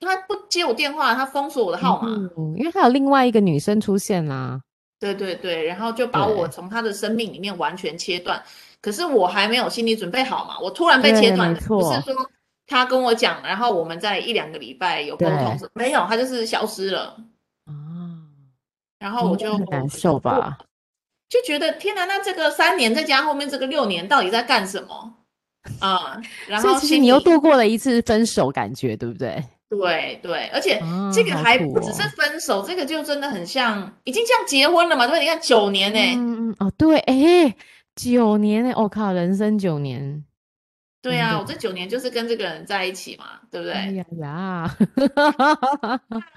S2: 他不接我电话，他封锁我的号码，
S1: 嗯，因为还有另外一个女生出现啦。
S2: 对对对，然后就把
S1: 对
S2: 我从他的生命里面完全切断。可是我还没有心理准备好嘛，我突然被切
S1: 对
S2: 断
S1: 没
S2: 了，不
S1: 错
S2: 是说他跟我讲，然后我们在一两个礼拜有沟通，没有，他就是消失了。
S1: 啊，
S2: 然后
S1: 你
S2: 哦我
S1: 应该
S2: 就
S1: 很难受吧？
S2: 就觉得天哪，那这个三年再加后面这个六年到底在干什么啊、然
S1: 所以
S2: 后
S1: 其实
S2: 心
S1: 你又
S2: 里
S1: 度过了一次分手感觉，对不对？
S2: 对对，而且
S1: 啊，
S2: 这个
S1: 好
S2: 还
S1: 苦
S2: 不只是
S1: 哦
S2: 分手，这个就真的很像已经这样结婚了嘛，对吧？你看九年呢、
S1: 嗯嗯哦，对，哎，九年哎，我、靠，人生九年，
S2: 对
S1: 真
S2: 啊，
S1: 的
S2: 我这九年就是跟这个人在一起嘛，对不对？
S1: 哎呀呀，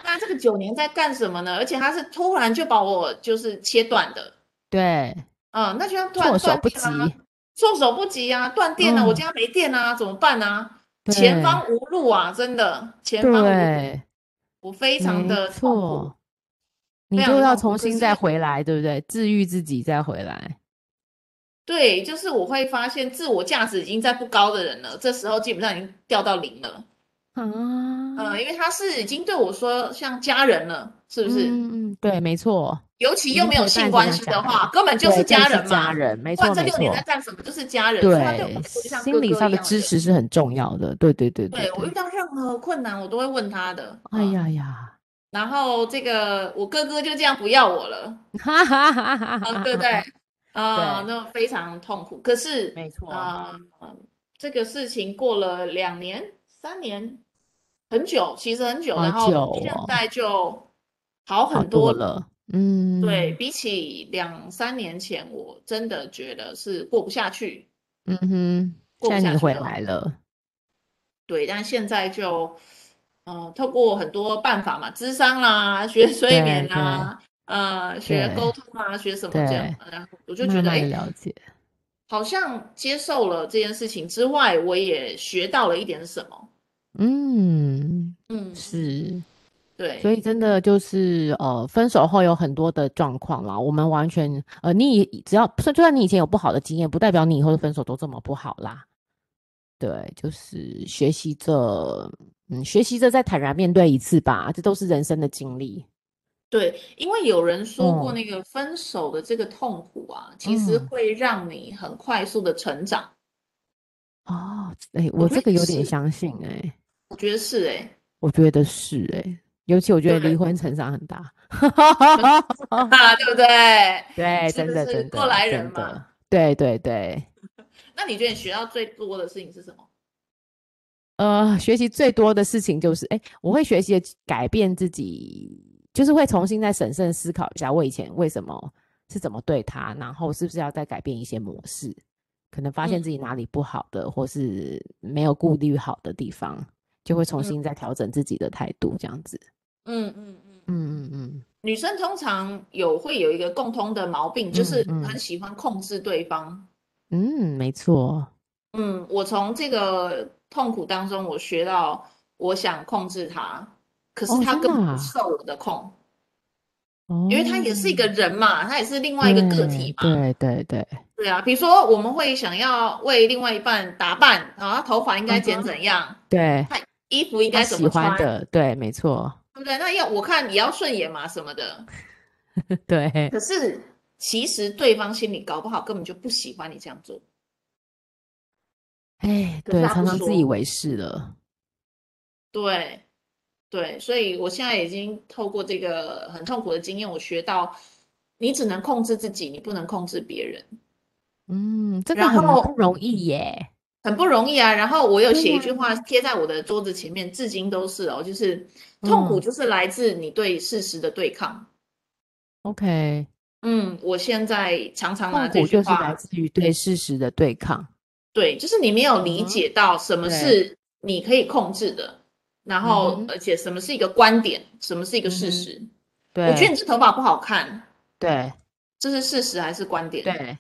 S2: 那这个九年在干什么呢？而且他是突然就把我就是切断的，
S1: 对，
S2: 嗯，那就像断
S1: 措手
S2: 断
S1: 不
S2: 电
S1: 及，
S2: 啦、措手不及啊，断电了，我
S1: 嗯
S2: 家没电啊，怎么办啊？前
S1: 对
S2: 方无路啊，真的，前方无路，
S1: 对，
S2: 我非常
S1: 没
S2: 的痛苦
S1: 错。你
S2: 非
S1: 就
S2: 常
S1: 要
S2: 痛
S1: 重
S2: 苦可
S1: 新
S2: 是
S1: 再回来，对不对？治愈自己再回来，
S2: 对，就是我会发现自我价值已经在不高的人了，这时候基本上已经掉到零了。
S1: 啊，
S2: 呃，因为他是已经对我说像家人了，是不是？
S1: 嗯嗯，对，没错，
S2: 尤其
S1: 已
S2: 又
S1: 经
S2: 没有
S1: 陪
S2: 性
S1: 伴着
S2: 关
S1: 像
S2: 系
S1: 家
S2: 的
S1: 人
S2: 话，根本就
S1: 对
S2: 是
S1: 更
S2: 家人嘛
S1: 家。人，没
S2: 不管
S1: 错
S2: 这
S1: 没
S2: 六年
S1: 错
S2: 在，干什么，就是家人，所以他对我
S1: 对
S2: 来，说就像哥
S1: 心理
S2: 哥
S1: 上
S2: 一
S1: 的
S2: 样的
S1: 支
S2: 人。
S1: 持是很重要的，对对对对
S2: 对，我遇
S1: 对，
S2: 到任何困难，我都会问他的。
S1: 哎
S2: 嗯，
S1: 呀呀，
S2: 然后这个我哥哥就这样不要我了，
S1: 哈哈哈哈
S2: 啊，
S1: 哈
S2: 对不对？
S1: 哈，
S2: 啊、
S1: 对
S2: 那非常痛苦。可是，
S1: 没错，
S2: 啊、这个事情过了两年、三年，很久，其实很久。
S1: 好
S2: 然后
S1: 久
S2: 现
S1: 哦
S2: 在就
S1: 好
S2: 好很
S1: 多
S2: 多
S1: 了，嗯，
S2: 对，比起两三年前，我真的觉得是过不下去，
S1: 嗯哼，
S2: 过不
S1: 现在
S2: 下
S1: 你
S2: 去
S1: 回
S2: 了。
S1: 来了，
S2: 对，但现在就，呃，透过很多办法嘛，咨商啦，学催眠
S1: 对对
S2: 啦，呃，学
S1: 对
S2: 沟通啊，学什么这样
S1: 对，，
S2: 然后我就觉
S1: 慢
S2: 得，
S1: 慢的
S2: 哎，
S1: 了解，
S2: 好像接受了这件事情之外，我也学到了一点什么。
S1: 嗯，
S2: 嗯，
S1: 是。所
S2: 对，
S1: 以真的就是呃，分手后有很多的状况啦。我们完全呃，你以只要就算你以前有不好的经验，不代表你以后的分手都这么不好啦。对，就是学习着，嗯，学习着再坦然面对一次吧，这都是人生的经历。
S2: 对，因为有人说过，
S1: 嗯
S2: 那个分手的这个痛苦啊，其实
S1: 嗯，
S2: 会让你很快速的成长。
S1: 哦，哎、
S2: 我
S1: 我
S2: 觉
S1: 这个
S2: 得
S1: 有点
S2: 是，
S1: 相信哎、
S2: 我觉得是哎、
S1: 我觉得是哎、尤其我觉得离
S2: 对
S1: 婚成长很大。哦
S2: 啊， 对不对？ 你
S1: 对，
S2: 是
S1: 真
S2: 不
S1: 的，
S2: 是
S1: 真
S2: 过
S1: 的，
S2: 来人
S1: 真
S2: 嘛？
S1: 的，对对对。
S2: 那你觉得你学到最多的事情是什么？
S1: 呃，学习最多的事情就是，哎，我会学习地改变自己，就是会重新再审慎思考一下，我以前为什么是怎么对他，然后是不是要再改变一些模式，可能发现
S2: 嗯
S1: 自己哪里不好的，或是没有顾虑好的地方，就会重新再调整自己的态度，这样子。
S2: 嗯嗯嗯，
S1: 嗯嗯嗯，
S2: 女生通常有会有一个共通的毛病，就是
S1: 嗯嗯
S2: 很喜欢控制对方。
S1: 嗯，没错。
S2: 嗯，我从这个痛苦当中，我学到我想控制他，可是
S1: 哦
S2: 他
S1: 真
S2: 根
S1: 的
S2: 本
S1: 啊
S2: 不受我的控，
S1: 哦，
S2: 因为他也是一个人嘛，他也是另外一个个体嘛。
S1: 对对对对，
S2: 对啊，比如说我们会想要为另外一半打扮，然后头发应该剪怎样，
S1: 对
S2: 衣服
S1: 嗯
S2: 应
S1: 他
S2: 该怎
S1: 喜
S2: 么
S1: 欢
S2: 穿，对
S1: 的，对，没错，
S2: 不对？那要我看也要顺眼嘛什么的。
S1: 对，
S2: 可是其实对方心里搞不好根本就不喜欢你这样做。
S1: 哎，
S2: 可是
S1: 对，
S2: 他
S1: 常
S2: 不
S1: 常自
S2: 说
S1: 以为是了。
S2: 对，对，所以我现在已经透过这个很痛苦的经验，我学到你只能控制自己，你不能控制别人，
S1: 嗯，这个
S2: 然
S1: 很
S2: 后嗯
S1: 不容易耶。
S2: 很不容易啊。然后我有
S1: 对
S2: 写一
S1: 呀
S2: 句话贴在我的桌子前面，至今都是哦，就是痛苦
S1: 嗯
S2: 就是来自你对事实的对抗。
S1: OK，
S2: 嗯，我现在常常拿
S1: 痛
S2: 这
S1: 苦
S2: 句
S1: 就是来
S2: 话，
S1: 自于对事实的对抗。
S2: 对，就是你没有理
S1: 嗯哼
S2: 解到什么
S1: 对
S2: 是你可以控制的，然
S1: 嗯
S2: 后
S1: 哼
S2: 而且什么是一个观点，什么是一个
S1: 嗯哼
S2: 事实。
S1: 对，
S2: 我觉得你这头发不好看。
S1: 对
S2: 这是事实还是观点？，
S1: 对，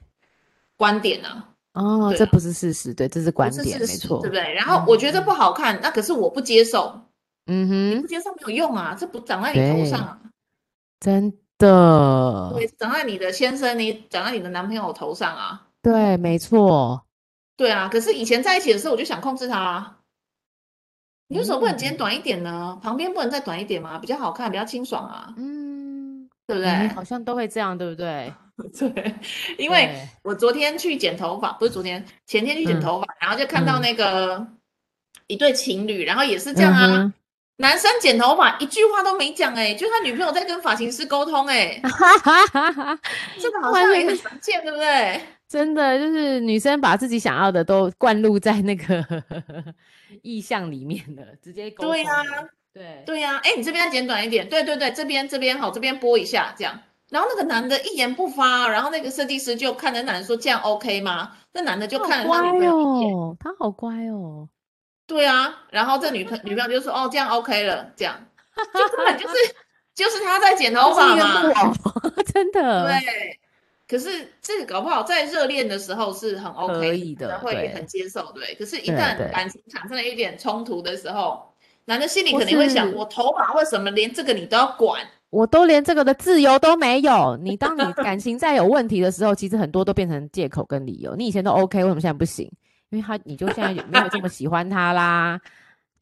S2: 观点啊，
S1: 哦，
S2: 对
S1: 这
S2: 啊
S1: 不是事实，对，这是观
S2: 不是
S1: 点，
S2: 事
S1: 没
S2: 实，
S1: 错
S2: 对不。对？然后我觉得不好看，那可是我不接受，
S1: 嗯
S2: 不
S1: 哼，
S2: 接受没有用啊，这不长在你头上啊，
S1: 真的，
S2: 对，长在你的先生、你长在你的男朋友头上啊，
S1: 对，没错。
S2: 对啊。可是以前在一起的时候，我就想控制他啊。你为什么不能剪短一点呢？旁边不能再短一点吗？比较好看，比较清爽啊，
S1: 嗯，
S2: 对不
S1: 我
S2: 对？
S1: 们好像都会这样，对不对？
S2: 对，因
S1: 因
S2: 为我昨天去剪头发，不是昨天，前天去剪
S1: 嗯
S2: 头发，然后就看到
S1: 嗯
S2: 那个一对情侣，然后也是这样
S1: 嗯
S2: 啊，男生剪头发一句话都没讲，哎，就他女朋友在跟发型师沟通，哎，
S1: 哈哈哈哈，
S2: 这个好
S1: 完
S2: 像
S1: 全
S2: 也很
S1: 是
S2: 常见，对不对？
S1: 真的就是女生把自己想要的都灌入在那个 意象里面了，直接沟
S2: 对
S1: 通
S2: 啊
S1: 了对
S2: 对呀、哎，你这边要剪短一点，对对对，这边这边好，这边拨一下这样。然后那个男的一言不发，然后那个设计师就看着男的说这样 OK 吗？那男的就
S1: 好
S2: 看着他女朋
S1: 乖
S2: 友一眼，
S1: 哦，他好乖哦，
S2: 对啊，然后这女朋女朋友就说哦这样 OK 了，这样就根本就是 就是他在剪头
S1: 这是
S2: 发
S1: 一
S2: 嘛，
S1: 个木偶， 真的，
S2: 对，可是这个搞不好在热恋的时候是很 OK，
S1: 可以的
S2: 大家会
S1: 对
S2: 很接受，对。可是，一
S1: 对
S2: 旦
S1: 对
S2: 感情产生了一点冲突的时候，男的心里
S1: 或
S2: 肯定会想：
S1: 是
S2: 我头发为什么连这个你都要管？
S1: 我都连这个的自由都没有。你当你感情再有问题的时候，其实很多都变成借口跟理由。你以前都 OK，为什么现在不行？因为他你就现在有没有这么喜欢他啦，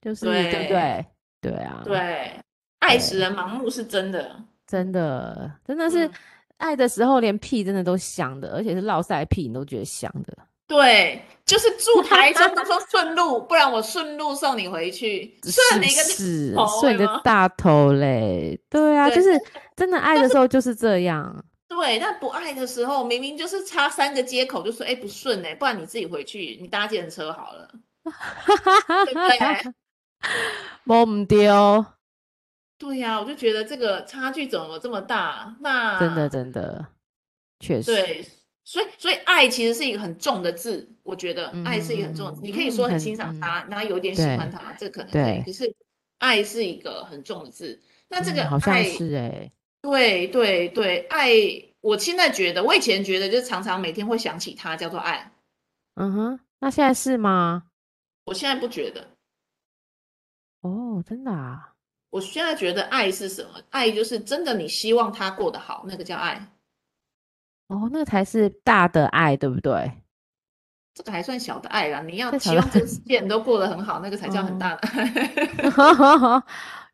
S1: 就是对不对？对啊，，
S2: 对，爱使人盲目是真的。
S1: 真的真的是
S2: 嗯
S1: 爱的时候连屁真的都香的，而且是落塞屁你都觉得香的。
S2: 对，就是住台中都说顺路，不然我顺路送你回去，顺你一个
S1: 是是
S2: 头
S1: 顺你
S2: 对
S1: 的
S2: 吗
S1: 大头嘞，对啊，
S2: 对
S1: 就是真的爱的时候就是这样，
S2: 对，但不爱的时候，明明就是差三个街口，就说哎不顺哎、不然你自己回去，你搭计程车 好了，
S1: 哈哈哈
S2: 对不对？
S1: 哈哈，摸唔丢，
S2: 对呀、我就觉得这个差距怎么这么大？那
S1: 真的真的，确实，
S2: 啊对，所以所以爱其实是一个很重的字，我觉得爱是一个很重的字。
S1: 嗯
S2: 你可以说
S1: 嗯
S2: 很
S1: 很
S2: 欣赏
S1: 嗯
S2: 他，然后有点喜
S1: 对
S2: 欢他，这可能可以。
S1: 对
S2: 可是爱是一个很重的字，那这
S1: 嗯
S2: 个
S1: 好像
S2: 爱，
S1: 是哎、
S2: 对对对，爱，我现在觉得，我以前觉得就是常常每天会想起他，叫做爱。
S1: 嗯哼，那现在是吗？
S2: 我现在不觉得，
S1: 哦，真的啊，
S2: 我现在觉得爱是什么？爱就是真的，你希望他过得好，那个叫爱，
S1: 哦，那个才是大的爱，对不对？
S2: 这个还算小的爱啦。你要
S1: 这小
S2: 希
S1: 的
S2: 望这个世界人都过得很好，那个才叫很
S1: 嗯
S2: 大的爱。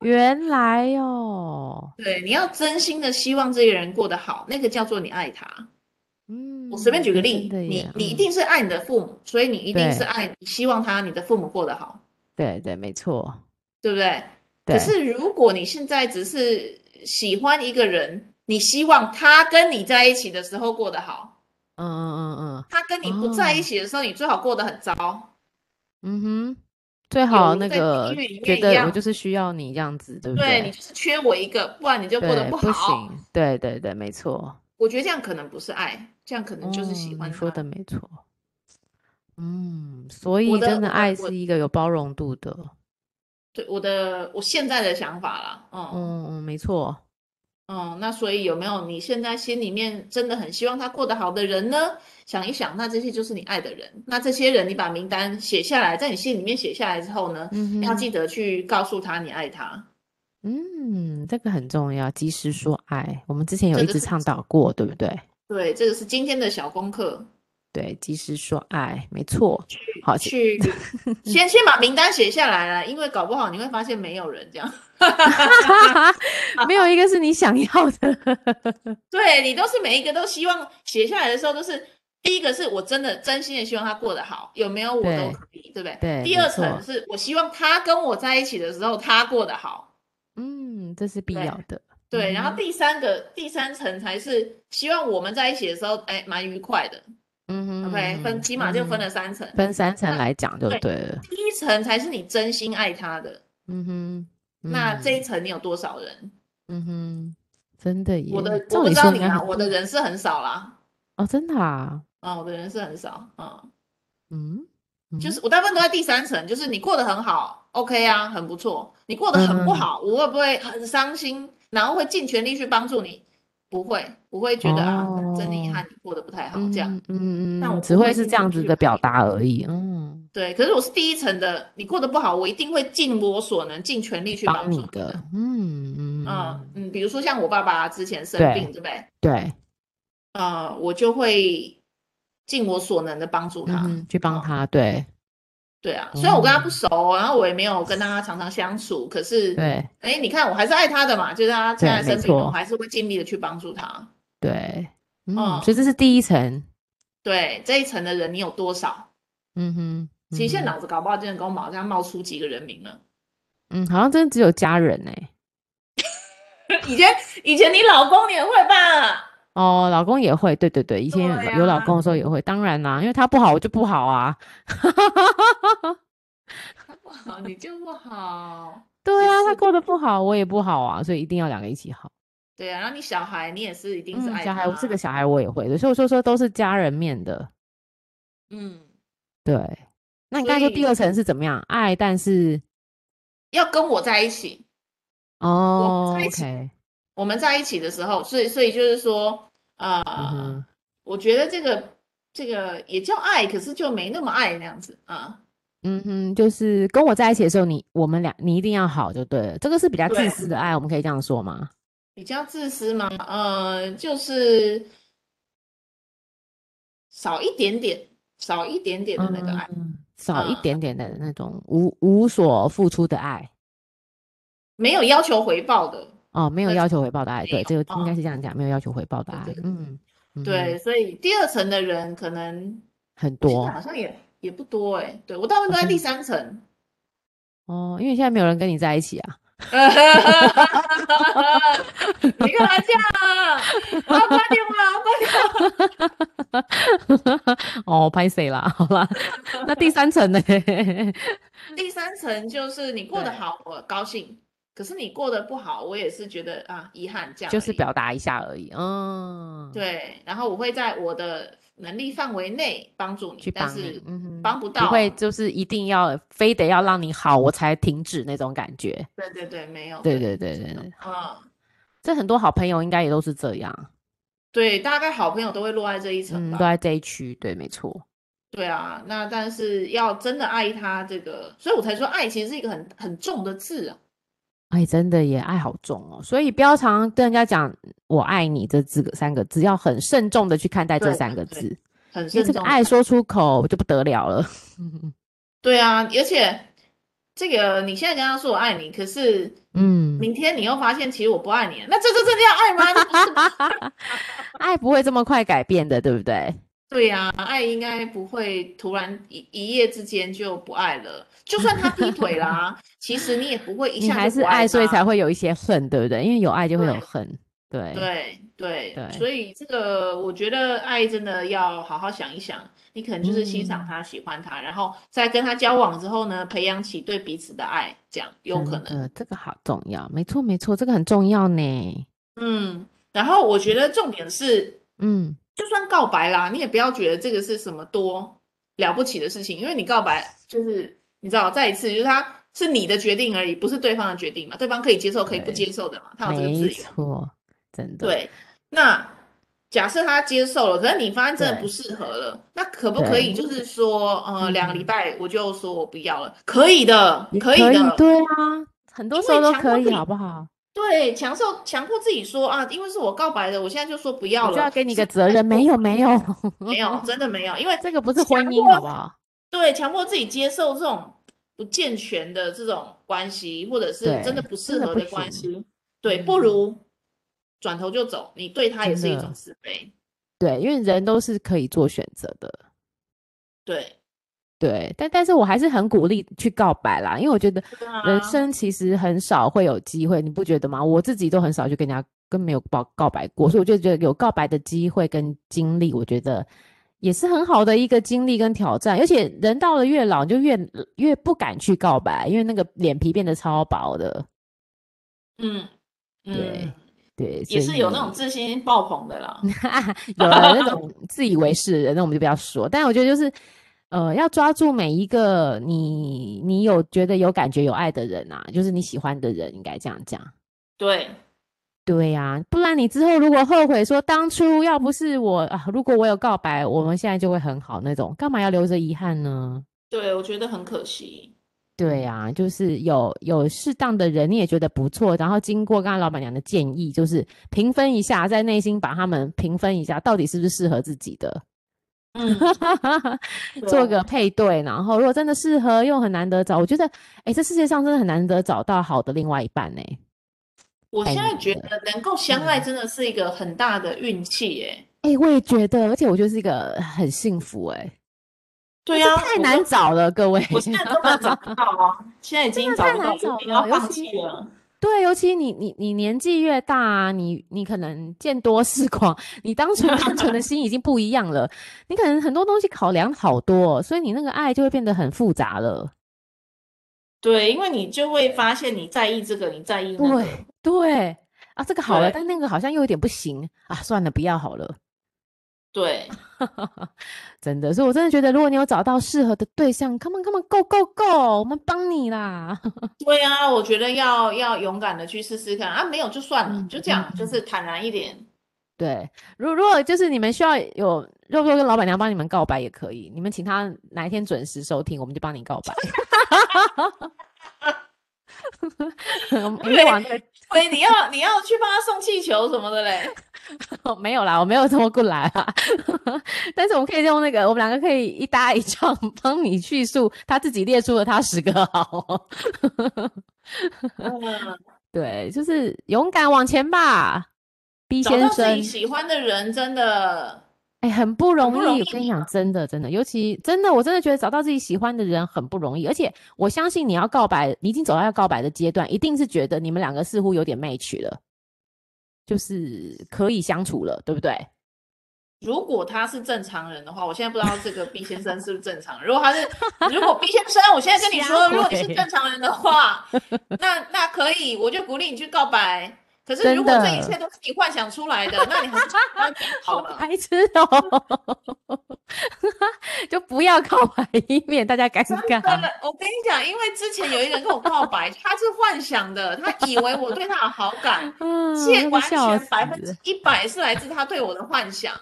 S1: 原来哦，
S2: 对，你要真心的希望这个人过得好，那个叫做你爱他。
S1: 嗯，
S2: 我随便举个
S1: 哎
S2: 例
S1: 真，的
S2: 你
S1: 耶
S2: 你一
S1: 嗯
S2: 定是爱你的父母，所以你一定是
S1: 对
S2: 爱，你希望他你的父母过得好，
S1: 对对，没错，
S2: 对不对？
S1: 对
S2: 可是如果你现在只是喜欢一个人，你希望他跟你在一起的时候过得好，
S1: 嗯嗯嗯嗯
S2: 他跟你不在一
S1: 哦
S2: 起的时候，你最好过得很糟。
S1: 嗯哼，最好
S2: 如
S1: 那
S2: 在地
S1: 个
S2: 狱里
S1: 觉
S2: 面一
S1: 得我
S2: 样
S1: 就是需要你这样子，对不
S2: 对你就是缺我一个，不然你就过得
S1: 对，
S2: 不
S1: 不
S2: 好。
S1: 行，对对对，没错，
S2: 我觉得这样可能不是爱，这样可能就是喜
S1: 嗯
S2: 欢
S1: 你说
S2: 他
S1: 的没错。嗯，所以
S2: 我的
S1: 真
S2: 我
S1: 的
S2: 的
S1: 爱
S2: 我
S1: 是一个有包容度的。
S2: 对我的我现在的想法啦，嗯
S1: 嗯嗯，没错。
S2: 嗯，那所以有没有你现在心里面真的很希望他过得好的人呢？想一想，那这些就是你爱的人，那这些人你把名单写下来，在你心里面写下来之后呢，
S1: 嗯
S2: 要
S1: 哼
S2: 记得去告诉他你爱他。
S1: 嗯，这个很重要，及时说爱。我们之前有
S2: 这
S1: 一
S2: 个
S1: 直
S2: 是
S1: 倡导过，对不对？
S2: 对，这个是今天的小功课，
S1: 对，及时说爱，没错。好，
S2: 去先先把名单写下来啦，因为搞不好你会发现没有人这样。
S1: 没有一个是你想要的。
S2: 对你都是每一个都希望写下来的时候，都是第一个是我真的真心的希望他过得好，有没有我
S1: 对
S2: 都可以，对不对？
S1: 对
S2: 第
S1: 没
S2: 二
S1: 错
S2: 层是我希望他跟我在一起的时候，他过得好，
S1: 嗯，这是必
S2: 对
S1: 要的。
S2: 对。然后
S1: 嗯
S2: 第三个第三层才是希望我们在一起的时候，哎，蛮愉快的。
S1: 嗯哼
S2: OK，分起码就分
S1: 嗯
S2: 了三层，
S1: 分三层来讲就
S2: 对
S1: 对了。
S2: 第一层才是你真心爱他的。
S1: 嗯哼，
S2: 那这一
S1: 嗯
S2: 层你有多少人？
S1: 嗯哼，真的耶。
S2: 我的
S1: 照
S2: 我不
S1: 理
S2: 知
S1: 说
S2: 道
S1: 应
S2: 你
S1: 该
S2: 啊，
S1: 很
S2: 我的人是很少啦，
S1: 哦，真的啊，
S2: 啊，我的人是很少，嗯。
S1: 嗯，
S2: 就是我大部分都在第三层，就是你过得很好，OK 啊，很不错。你过得很不
S1: 嗯
S2: 好，我会不会很伤心？然后会尽全力去帮助你？不会，我会觉得、啊，真遗
S1: 哦
S2: 憾，你过得不太好
S1: 嗯
S2: 这样。，
S1: 嗯嗯
S2: 那
S1: 嗯，
S2: 我
S1: 只
S2: 不
S1: 会
S2: 会
S1: 是
S2: 去
S1: 这样
S2: 去
S1: 子的表
S2: 评
S1: 达而已。嗯，
S2: 对，可是我是第一层的，你过得不好，我一定会尽我所能，尽全力去帮
S1: 帮
S2: 助
S1: 你的。嗯嗯
S2: 嗯
S1: 嗯，
S2: 嗯，比如说像我爸爸之前生
S1: 对
S2: 病，对不对？
S1: 对，
S2: 呃，我就会尽我所能的帮
S1: 嗯
S2: 助他。
S1: 哼，去帮
S2: 哦
S1: 他，对
S2: 对啊，虽然我跟他不
S1: 哦
S2: 熟，然后我也没有跟他常常相处，可是
S1: 对
S2: 哎，你看，我还是爱他的嘛，就是他现在
S1: 对没
S2: 生病了，
S1: 错
S2: 我还是会尽力的去帮助他。
S1: 对，嗯，
S2: 嗯
S1: 所以这是第一层。
S2: 对这一层的人，你有多少？
S1: 嗯哼，
S2: 其实现在
S1: 嗯哼
S2: 脑子搞不好真的跟我好像冒出几个人名了。
S1: 嗯，好像真的只有家人哎、
S2: 以前以前你老公你也会吧？
S1: 哦，老公也会，对对对，以前有
S2: 对
S1: 老有老
S2: 啊
S1: 公的时候也会，当然啦，因为他不好我就不好啊，
S2: 他不好， 你就不好。
S1: 对
S2: 也
S1: 啊，他
S2: 是
S1: 过得不好我也不好啊，所以一定要两个一起好。
S2: 对啊，然后你小孩，你也是一定是
S1: 嗯，
S2: 爱
S1: 小孩
S2: 他。
S1: 这个小孩我也会的，所以我说说都是家人面的，
S2: 嗯，
S1: 对。那你刚才说第
S2: 所以
S1: 二层是怎么样？爱，但是
S2: 要跟我在一起，
S1: 哦
S2: 在一起
S1: ，OK，
S2: 我们在一起的时候，所以所以就是说，呃，
S1: 嗯哼，
S2: 我觉得这个这个也叫爱，可是就没那么爱那样子啊。
S1: 嗯哼，就是跟我在一起的时候，你我们俩你一定要好就对了，这个是比较自
S2: 对
S1: 私的爱，我们可以这样说吗？
S2: 比较自私嘛，呃，就是少一点点，少一点点的那个爱，
S1: 嗯，少一
S2: 嗯
S1: 点点的那种无无所付出的爱。
S2: 没有要求回报的，
S1: 哦，没有
S2: 那
S1: 要求回报的爱，对，
S2: 没
S1: 这
S2: 有
S1: 个应该
S2: 哦
S1: 是这样讲，没有要求回报的
S2: 对
S1: 爱
S2: 对，对
S1: 嗯，嗯
S2: 对，
S1: 哼，
S2: 所以第二层的人可能
S1: 很
S2: 现在
S1: 多啊
S2: 好像也也不多哎、对我大部分都在第三层，
S1: 哦，因为现在没有人跟你在一起啊，
S2: 你干嘛这样啊？啊，关掉啊，关掉，
S1: 哦，拍谁啦？好啦，那第三层 呢？
S2: 第三层就是你过得
S1: 对
S2: 好，我高兴。可是你过得不好，我也是觉得啊遗憾这样而已，
S1: 就是表达一下而已，嗯，，
S2: 对，然后我会在我的能力范围内帮助你，
S1: 去
S2: 但
S1: 帮你
S2: 是，
S1: 嗯哼，
S2: 帮不
S1: 不
S2: 到，
S1: 会就是一定要非得要让你好我才停止那种感觉，
S2: 对对哦对，没有，
S1: 对对对对对，
S2: 嗯，
S1: 这很多好朋友应该也都是这样，
S2: 对，大概好朋友都会落在这一层
S1: 嗯，
S2: 吧，
S1: 都在这一区，对，没错，
S2: 对啊，那但是要真的爱他这个，所以我才说爱其实是一个很很重的字啊，
S1: 哎，真的耶，爱好重哦，所以不要常跟人家讲“我爱你”这四个三个字，要很慎重的去看待这
S2: 对
S1: 三个
S2: 对
S1: 字，
S2: 很
S1: 因
S2: 慎
S1: 为这个
S2: 重。
S1: 爱说出口就不得了了。
S2: 对啊，而且这个你现在跟他说我爱你，可是
S1: 嗯，
S2: 明天你又发现其实我不爱你了，那这这真的要爱吗？这不是
S1: 爱不会这么快改变的，对不对？
S2: 对呀、爱应该不会突然一一夜之间就不爱了。就算他劈腿啦，其实你也不会一
S1: 你
S2: 下
S1: 还
S2: 就是不
S1: 爱，所以
S2: 他
S1: 才会有一些恨，对不对？因为有爱就会有
S2: 对
S1: 恨，对，
S2: 对对
S1: 对
S2: 所以这个我觉得爱真的要好好想一想。你可能就是欣赏
S1: 嗯
S2: 他、喜欢他，然后在跟他交往之后呢，培养起对彼此的爱，这样有可
S1: 真
S2: 能。
S1: 的这个好重要，没错没错，这个很重要呢。
S2: 嗯，然后我觉得重点是，
S1: 嗯，
S2: 就算告白啦，你也不要觉得这个是什么多了不起的事情，因为你告白就是你知道，再一次就是他是你的决定而已，不是对方的决定嘛，对方可以接受，可以不接受的嘛，他有这个
S1: 没
S2: 自由。
S1: 错，真的，
S2: 对，那假设他接受了，可是你发现真的
S1: 对
S2: 不适合了，那可不可以就是说，呃，
S1: 嗯
S2: 两个礼拜我就说我不要了？可以的，
S1: 也
S2: 可以
S1: 以
S2: 的。
S1: 对啊，很多
S2: 因
S1: 时候
S2: 为
S1: 都
S2: 强
S1: 可
S2: 迫
S1: 以，
S2: 自己
S1: 好不好？
S2: 对，强受强迫自己说啊，因为是我告白的，我现在就说不要
S1: 我
S2: 了。
S1: 就要给你一
S2: 是
S1: 个责 任，没有没有，
S2: 没有，真的没有，因为
S1: 这个不是婚
S2: 强
S1: 姻，
S2: 迫
S1: 好不好？
S2: 对强迫自己接受这种不健全的这种关系，或者是真的
S1: 对
S2: 不适
S1: 真的
S2: 合
S1: 不
S2: 的关
S1: 行
S2: 系，对，不
S1: 嗯
S2: 如转头就走，你对他也
S1: 真
S2: 是一
S1: 的
S2: 种慈悲，
S1: 对，因为人都是可以做选择的。
S2: 对，
S1: 对，但但是我还是很鼓励去告白啦，因为我觉得
S2: 对啊，
S1: 人生其实很少会有机会，你不觉得吗？我自己都很少去跟人家跟没有告告白过，所以我就觉得有告白的机会跟经历，我觉得也是很好的一个经历跟挑战。而且人到了越老，你就越越不敢去告白，因为那个脸皮变得超薄的。
S2: 嗯
S1: 对
S2: 嗯，
S1: 对，
S2: 也
S1: 所
S2: 是有那
S1: 以
S2: 种自信爆棚 的啦，
S1: 有了那 种自以为是的人，那我们就不要说。但我觉得就是，呃，要抓住每一个你你有觉得有感觉有爱的人啊，就是你喜欢的人，应该这样讲。
S2: 对，
S1: 对呀、不然你之后如果后悔说当初要不是我啊，如果我有告白，我们现在就会很好那种，干嘛要留着遗憾呢？
S2: 对，我觉得很可惜，
S1: 对呀、就是有有适当的人你也觉得不错，然后经过刚刚老板娘的建议，就是评分一下，在内心把他们评分一下，到底是不是适合自己的。
S2: 嗯，
S1: 做
S2: 对啊
S1: 个配对，然后如果真的适合又很难得找，我觉得，哎，这世界上真的很难得找到好的另外一半呢、
S2: 我
S1: 太
S2: 现在
S1: 难
S2: 觉
S1: 了
S2: 得能够相爱
S1: 嗯
S2: 真的是一个很大的运气耶，
S1: 诶哎，我也觉得，而且我觉得是一个很幸福、诶
S2: 对
S1: 这
S2: 啊，
S1: 太
S2: 我
S1: 难
S2: 都
S1: 找了，各位。
S2: 我现在根本找不到啊，现在已经
S1: 的
S2: 找
S1: 太
S2: 不
S1: 难
S2: 到，
S1: 找
S2: 有点要
S1: 了尤
S2: 放
S1: 其
S2: 弃了。
S1: 对，尤其你你你年纪越大、啊，你你可能见多识广，你当初单纯的心已经不一样了，你可能很多东西考量好多，所以你那个爱就会变得很复杂了。
S2: 对，因为你就会发现你在意这个，你在意那个，
S1: 对对啊，这个好了，
S2: 对
S1: 但那个好像又有点不行啊，算了，不要好了。
S2: 对，
S1: 真的，所以我真的觉得，如果你有找到适合的对象，come on come on go go go，我们帮你啦。
S2: 对啊，我觉得要要勇敢的去试试看啊，没有就算了，
S1: 嗯
S2: 就这样，
S1: 嗯
S2: 就是坦然一点。
S1: 对，如如果就是你们需要有肉肉跟老板娘帮你们告白也可以，你们请他哪一天准时收听，我们就帮你告白。 我们我们往那
S2: 喂，你要你要去帮他送气球什么的嘞？
S1: 个没有啦，我没有这么过来啊， 但是我们可以用那个，我们两个可以一搭一唱， 帮你叙述他自己列出了他十个好。
S2: 嗯，
S1: 对，就是勇敢往前吧，B
S2: 找
S1: 先
S2: 到自
S1: 生
S2: 己。喜欢的人真的
S1: 哎，很不容
S2: 不
S1: 易，
S2: 容
S1: 我
S2: 易
S1: 跟你讲，真的，真的，尤其真的，我真的觉得找到自己喜欢的人很不容易，而且我相信你要告白，你已经走到要告白的阶段，一定是觉得你们两个似乎有点 match 了，就是可以相处了，对不对？
S2: 如果他是正常人的话，我现在不知道这个 B 先生是不是正常人。如果他是，如果 B 先生，我现在跟你说，
S1: 瞎
S2: 如果你是
S1: 回
S2: 正常人的话，那那可以，我就鼓励你去告白。可是如果
S1: 真的
S2: 这一切都是你幻想出来的，那你还是去告白好了。
S1: 白痴哦， 就不要告白，以免大家尴
S2: 真
S1: 尬。
S2: 的，我跟你讲，因为之前有一个人跟我告白，他是幻想的，他以为我对他有好感，
S1: 嗯，
S2: 现
S1: 那
S2: 在
S1: 个
S2: 完
S1: 笑
S2: 全
S1: 死
S2: 百分之一百是来自他对我的幻想，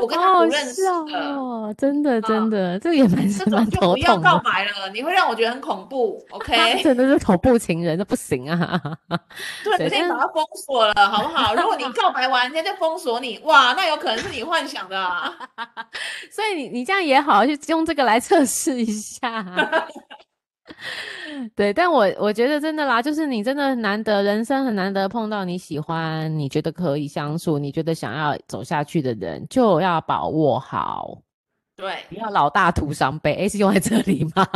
S2: 我跟
S1: 好
S2: 他
S1: 好
S2: 不认识
S1: 笑
S2: 的。
S1: 哦，真的，真
S2: 嗯
S1: 的，这个也蛮
S2: 这
S1: 蛮
S2: 种就
S1: 头
S2: 不要
S1: 痛啊
S2: 告
S1: 的。
S2: 白了，你会让我觉得很 恐怖。
S1: 他
S2: OK，
S1: 真的是恐怖情人，这不行啊！
S2: 对，
S1: 对
S2: 你可以
S1: 但
S2: 把它封锁了，好不好？如果你告白完，人家就封锁你，哇，那有可能是你幻想的啊。
S1: 所以你你这样也好，就用这个来测试一下。 对，但我我觉得真的啦，就是你真的很难得，人生很难得碰到你喜欢、你觉得可以相处、你觉得想要走下去的人，就要把握好，
S2: 对，
S1: 不要老大徒伤悲。 哎诶，是用在这里吗？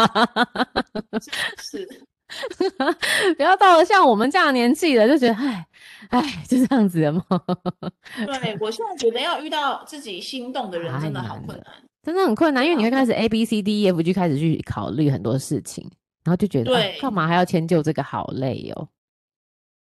S2: 是，
S1: 不要到了像我们这样年纪了，就觉得唉唉，就这样子的嘛，
S2: 对我现在觉得要遇到自己心动的人
S1: 太
S2: 真的好
S1: 难
S2: 困
S1: 了
S2: 难。
S1: 真的很困难，因为你会
S2: 好
S1: 开始 A B C D E F G 开始去考虑很多事情，然后就觉得、啊
S2: 对
S1: 干嘛还要迁就这个，好累哦。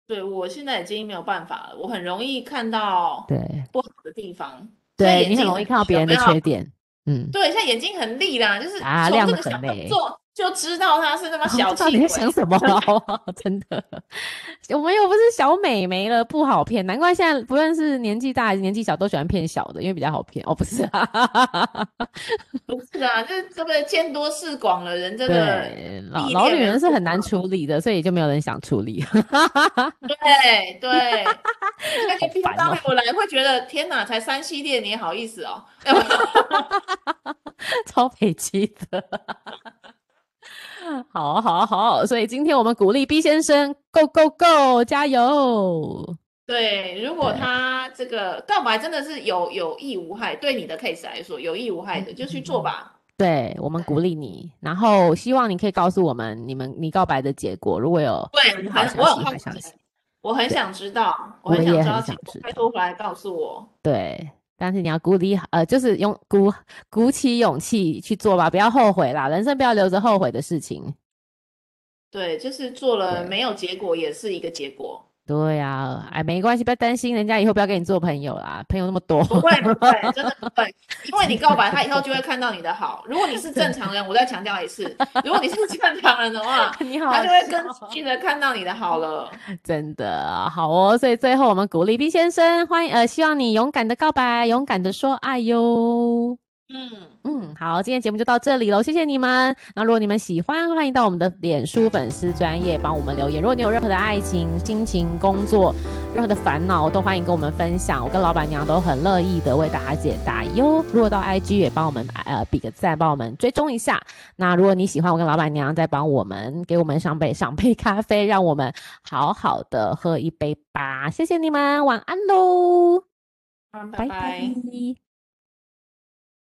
S2: 对我现在已经没有办法了，我很容易看到
S1: 对
S2: 不好的地方，所以
S1: 对，
S2: 眼
S1: 你
S2: 睛
S1: 很容易看到别人的
S2: 有没有
S1: 缺点，嗯，
S2: 对，现在眼睛很利啦，就是
S1: 啊
S2: 从
S1: 亮
S2: 这个
S1: 粉
S2: 小
S1: 嘞
S2: 动作就知道他是那么
S1: 哦我
S2: 小
S1: 不知道你
S2: 气
S1: 在想
S2: 鬼。
S1: 什么啊，我 真的，我们又不是小美眉了，不好骗，难怪现在不论是年纪大还是年纪小，都喜欢骗小的，因为比较好骗。哦，不是啊，
S2: 不是啊，这这个见多识广了，人这个
S1: 对，老
S2: 历
S1: 老
S2: 练
S1: 女
S2: 的
S1: 人是
S2: 不
S1: 很难
S2: 好
S1: 处理的，所以就没有人想处理。
S2: 对对，感觉
S1: 好
S2: 平
S1: 烦
S2: 常
S1: 哦
S2: 我来会觉得天哪，才三系列你也好意思哦？
S1: 超北极的。 好好好，所以今天我们鼓励 B 先生，Go Go Go，加油！
S2: 对，如果
S1: 对
S2: 他这个告白真的是有有益无害，对你的 case 来说有益无害的，就去做吧。
S1: 对我们鼓励你，然后希望你可以告诉我们你们你告白的结果，如果有
S2: 对，
S1: 有好
S2: 很
S1: 消
S2: 我
S1: 息
S2: 很
S1: 坏
S2: 好
S1: 消
S2: 奇
S1: 息，，
S2: 我很想知道，我
S1: 我
S2: 很想
S1: 也
S2: 知道，
S1: 很想
S2: 请
S1: 知
S2: 拜
S1: 道
S2: 托回来告诉我。
S1: 对。但是你要鼓励，呃，就是用鼓鼓起勇气去做吧，不要后悔啦，人生不要留着后悔的事情。
S2: 对，就是做了
S1: 对
S2: 没有结果也是一个结果。
S1: 对呀、哎，没关系，不要担心，人家以后不要跟你做朋友啦，朋友那么多。
S2: 不会不会，真的不会，因为你告白，他以后就会看到你的好。如果你是正常人，我再强调一次，如果你是正常人的话，
S1: 你好
S2: 他就会
S1: 笑哦
S2: 更记得看到你的好了。
S1: 真的好哦，所以最后我们鼓励 B 先生，欢迎呃，希望你勇敢的告白，勇敢的说爱哟。
S2: 嗯，
S1: 嗯，好，今天节目就到这里喽，谢谢你们。那如果你们喜欢，欢迎到我们的脸书粉丝专业帮我们留言。如果你有任何的爱情、心情、工作、任何的烦恼，都欢迎跟我们分享，我跟老板娘都很乐意的为大家解答哟。如果到 IG 也帮我们呃比个赞，帮我们追踪一下。那如果你喜欢我跟老板娘，再帮我们给我们上杯上杯咖啡，让我们好好的喝一杯吧。谢谢你们，晚安喽，
S2: 好，
S1: 拜
S2: 嗯拜
S1: 拜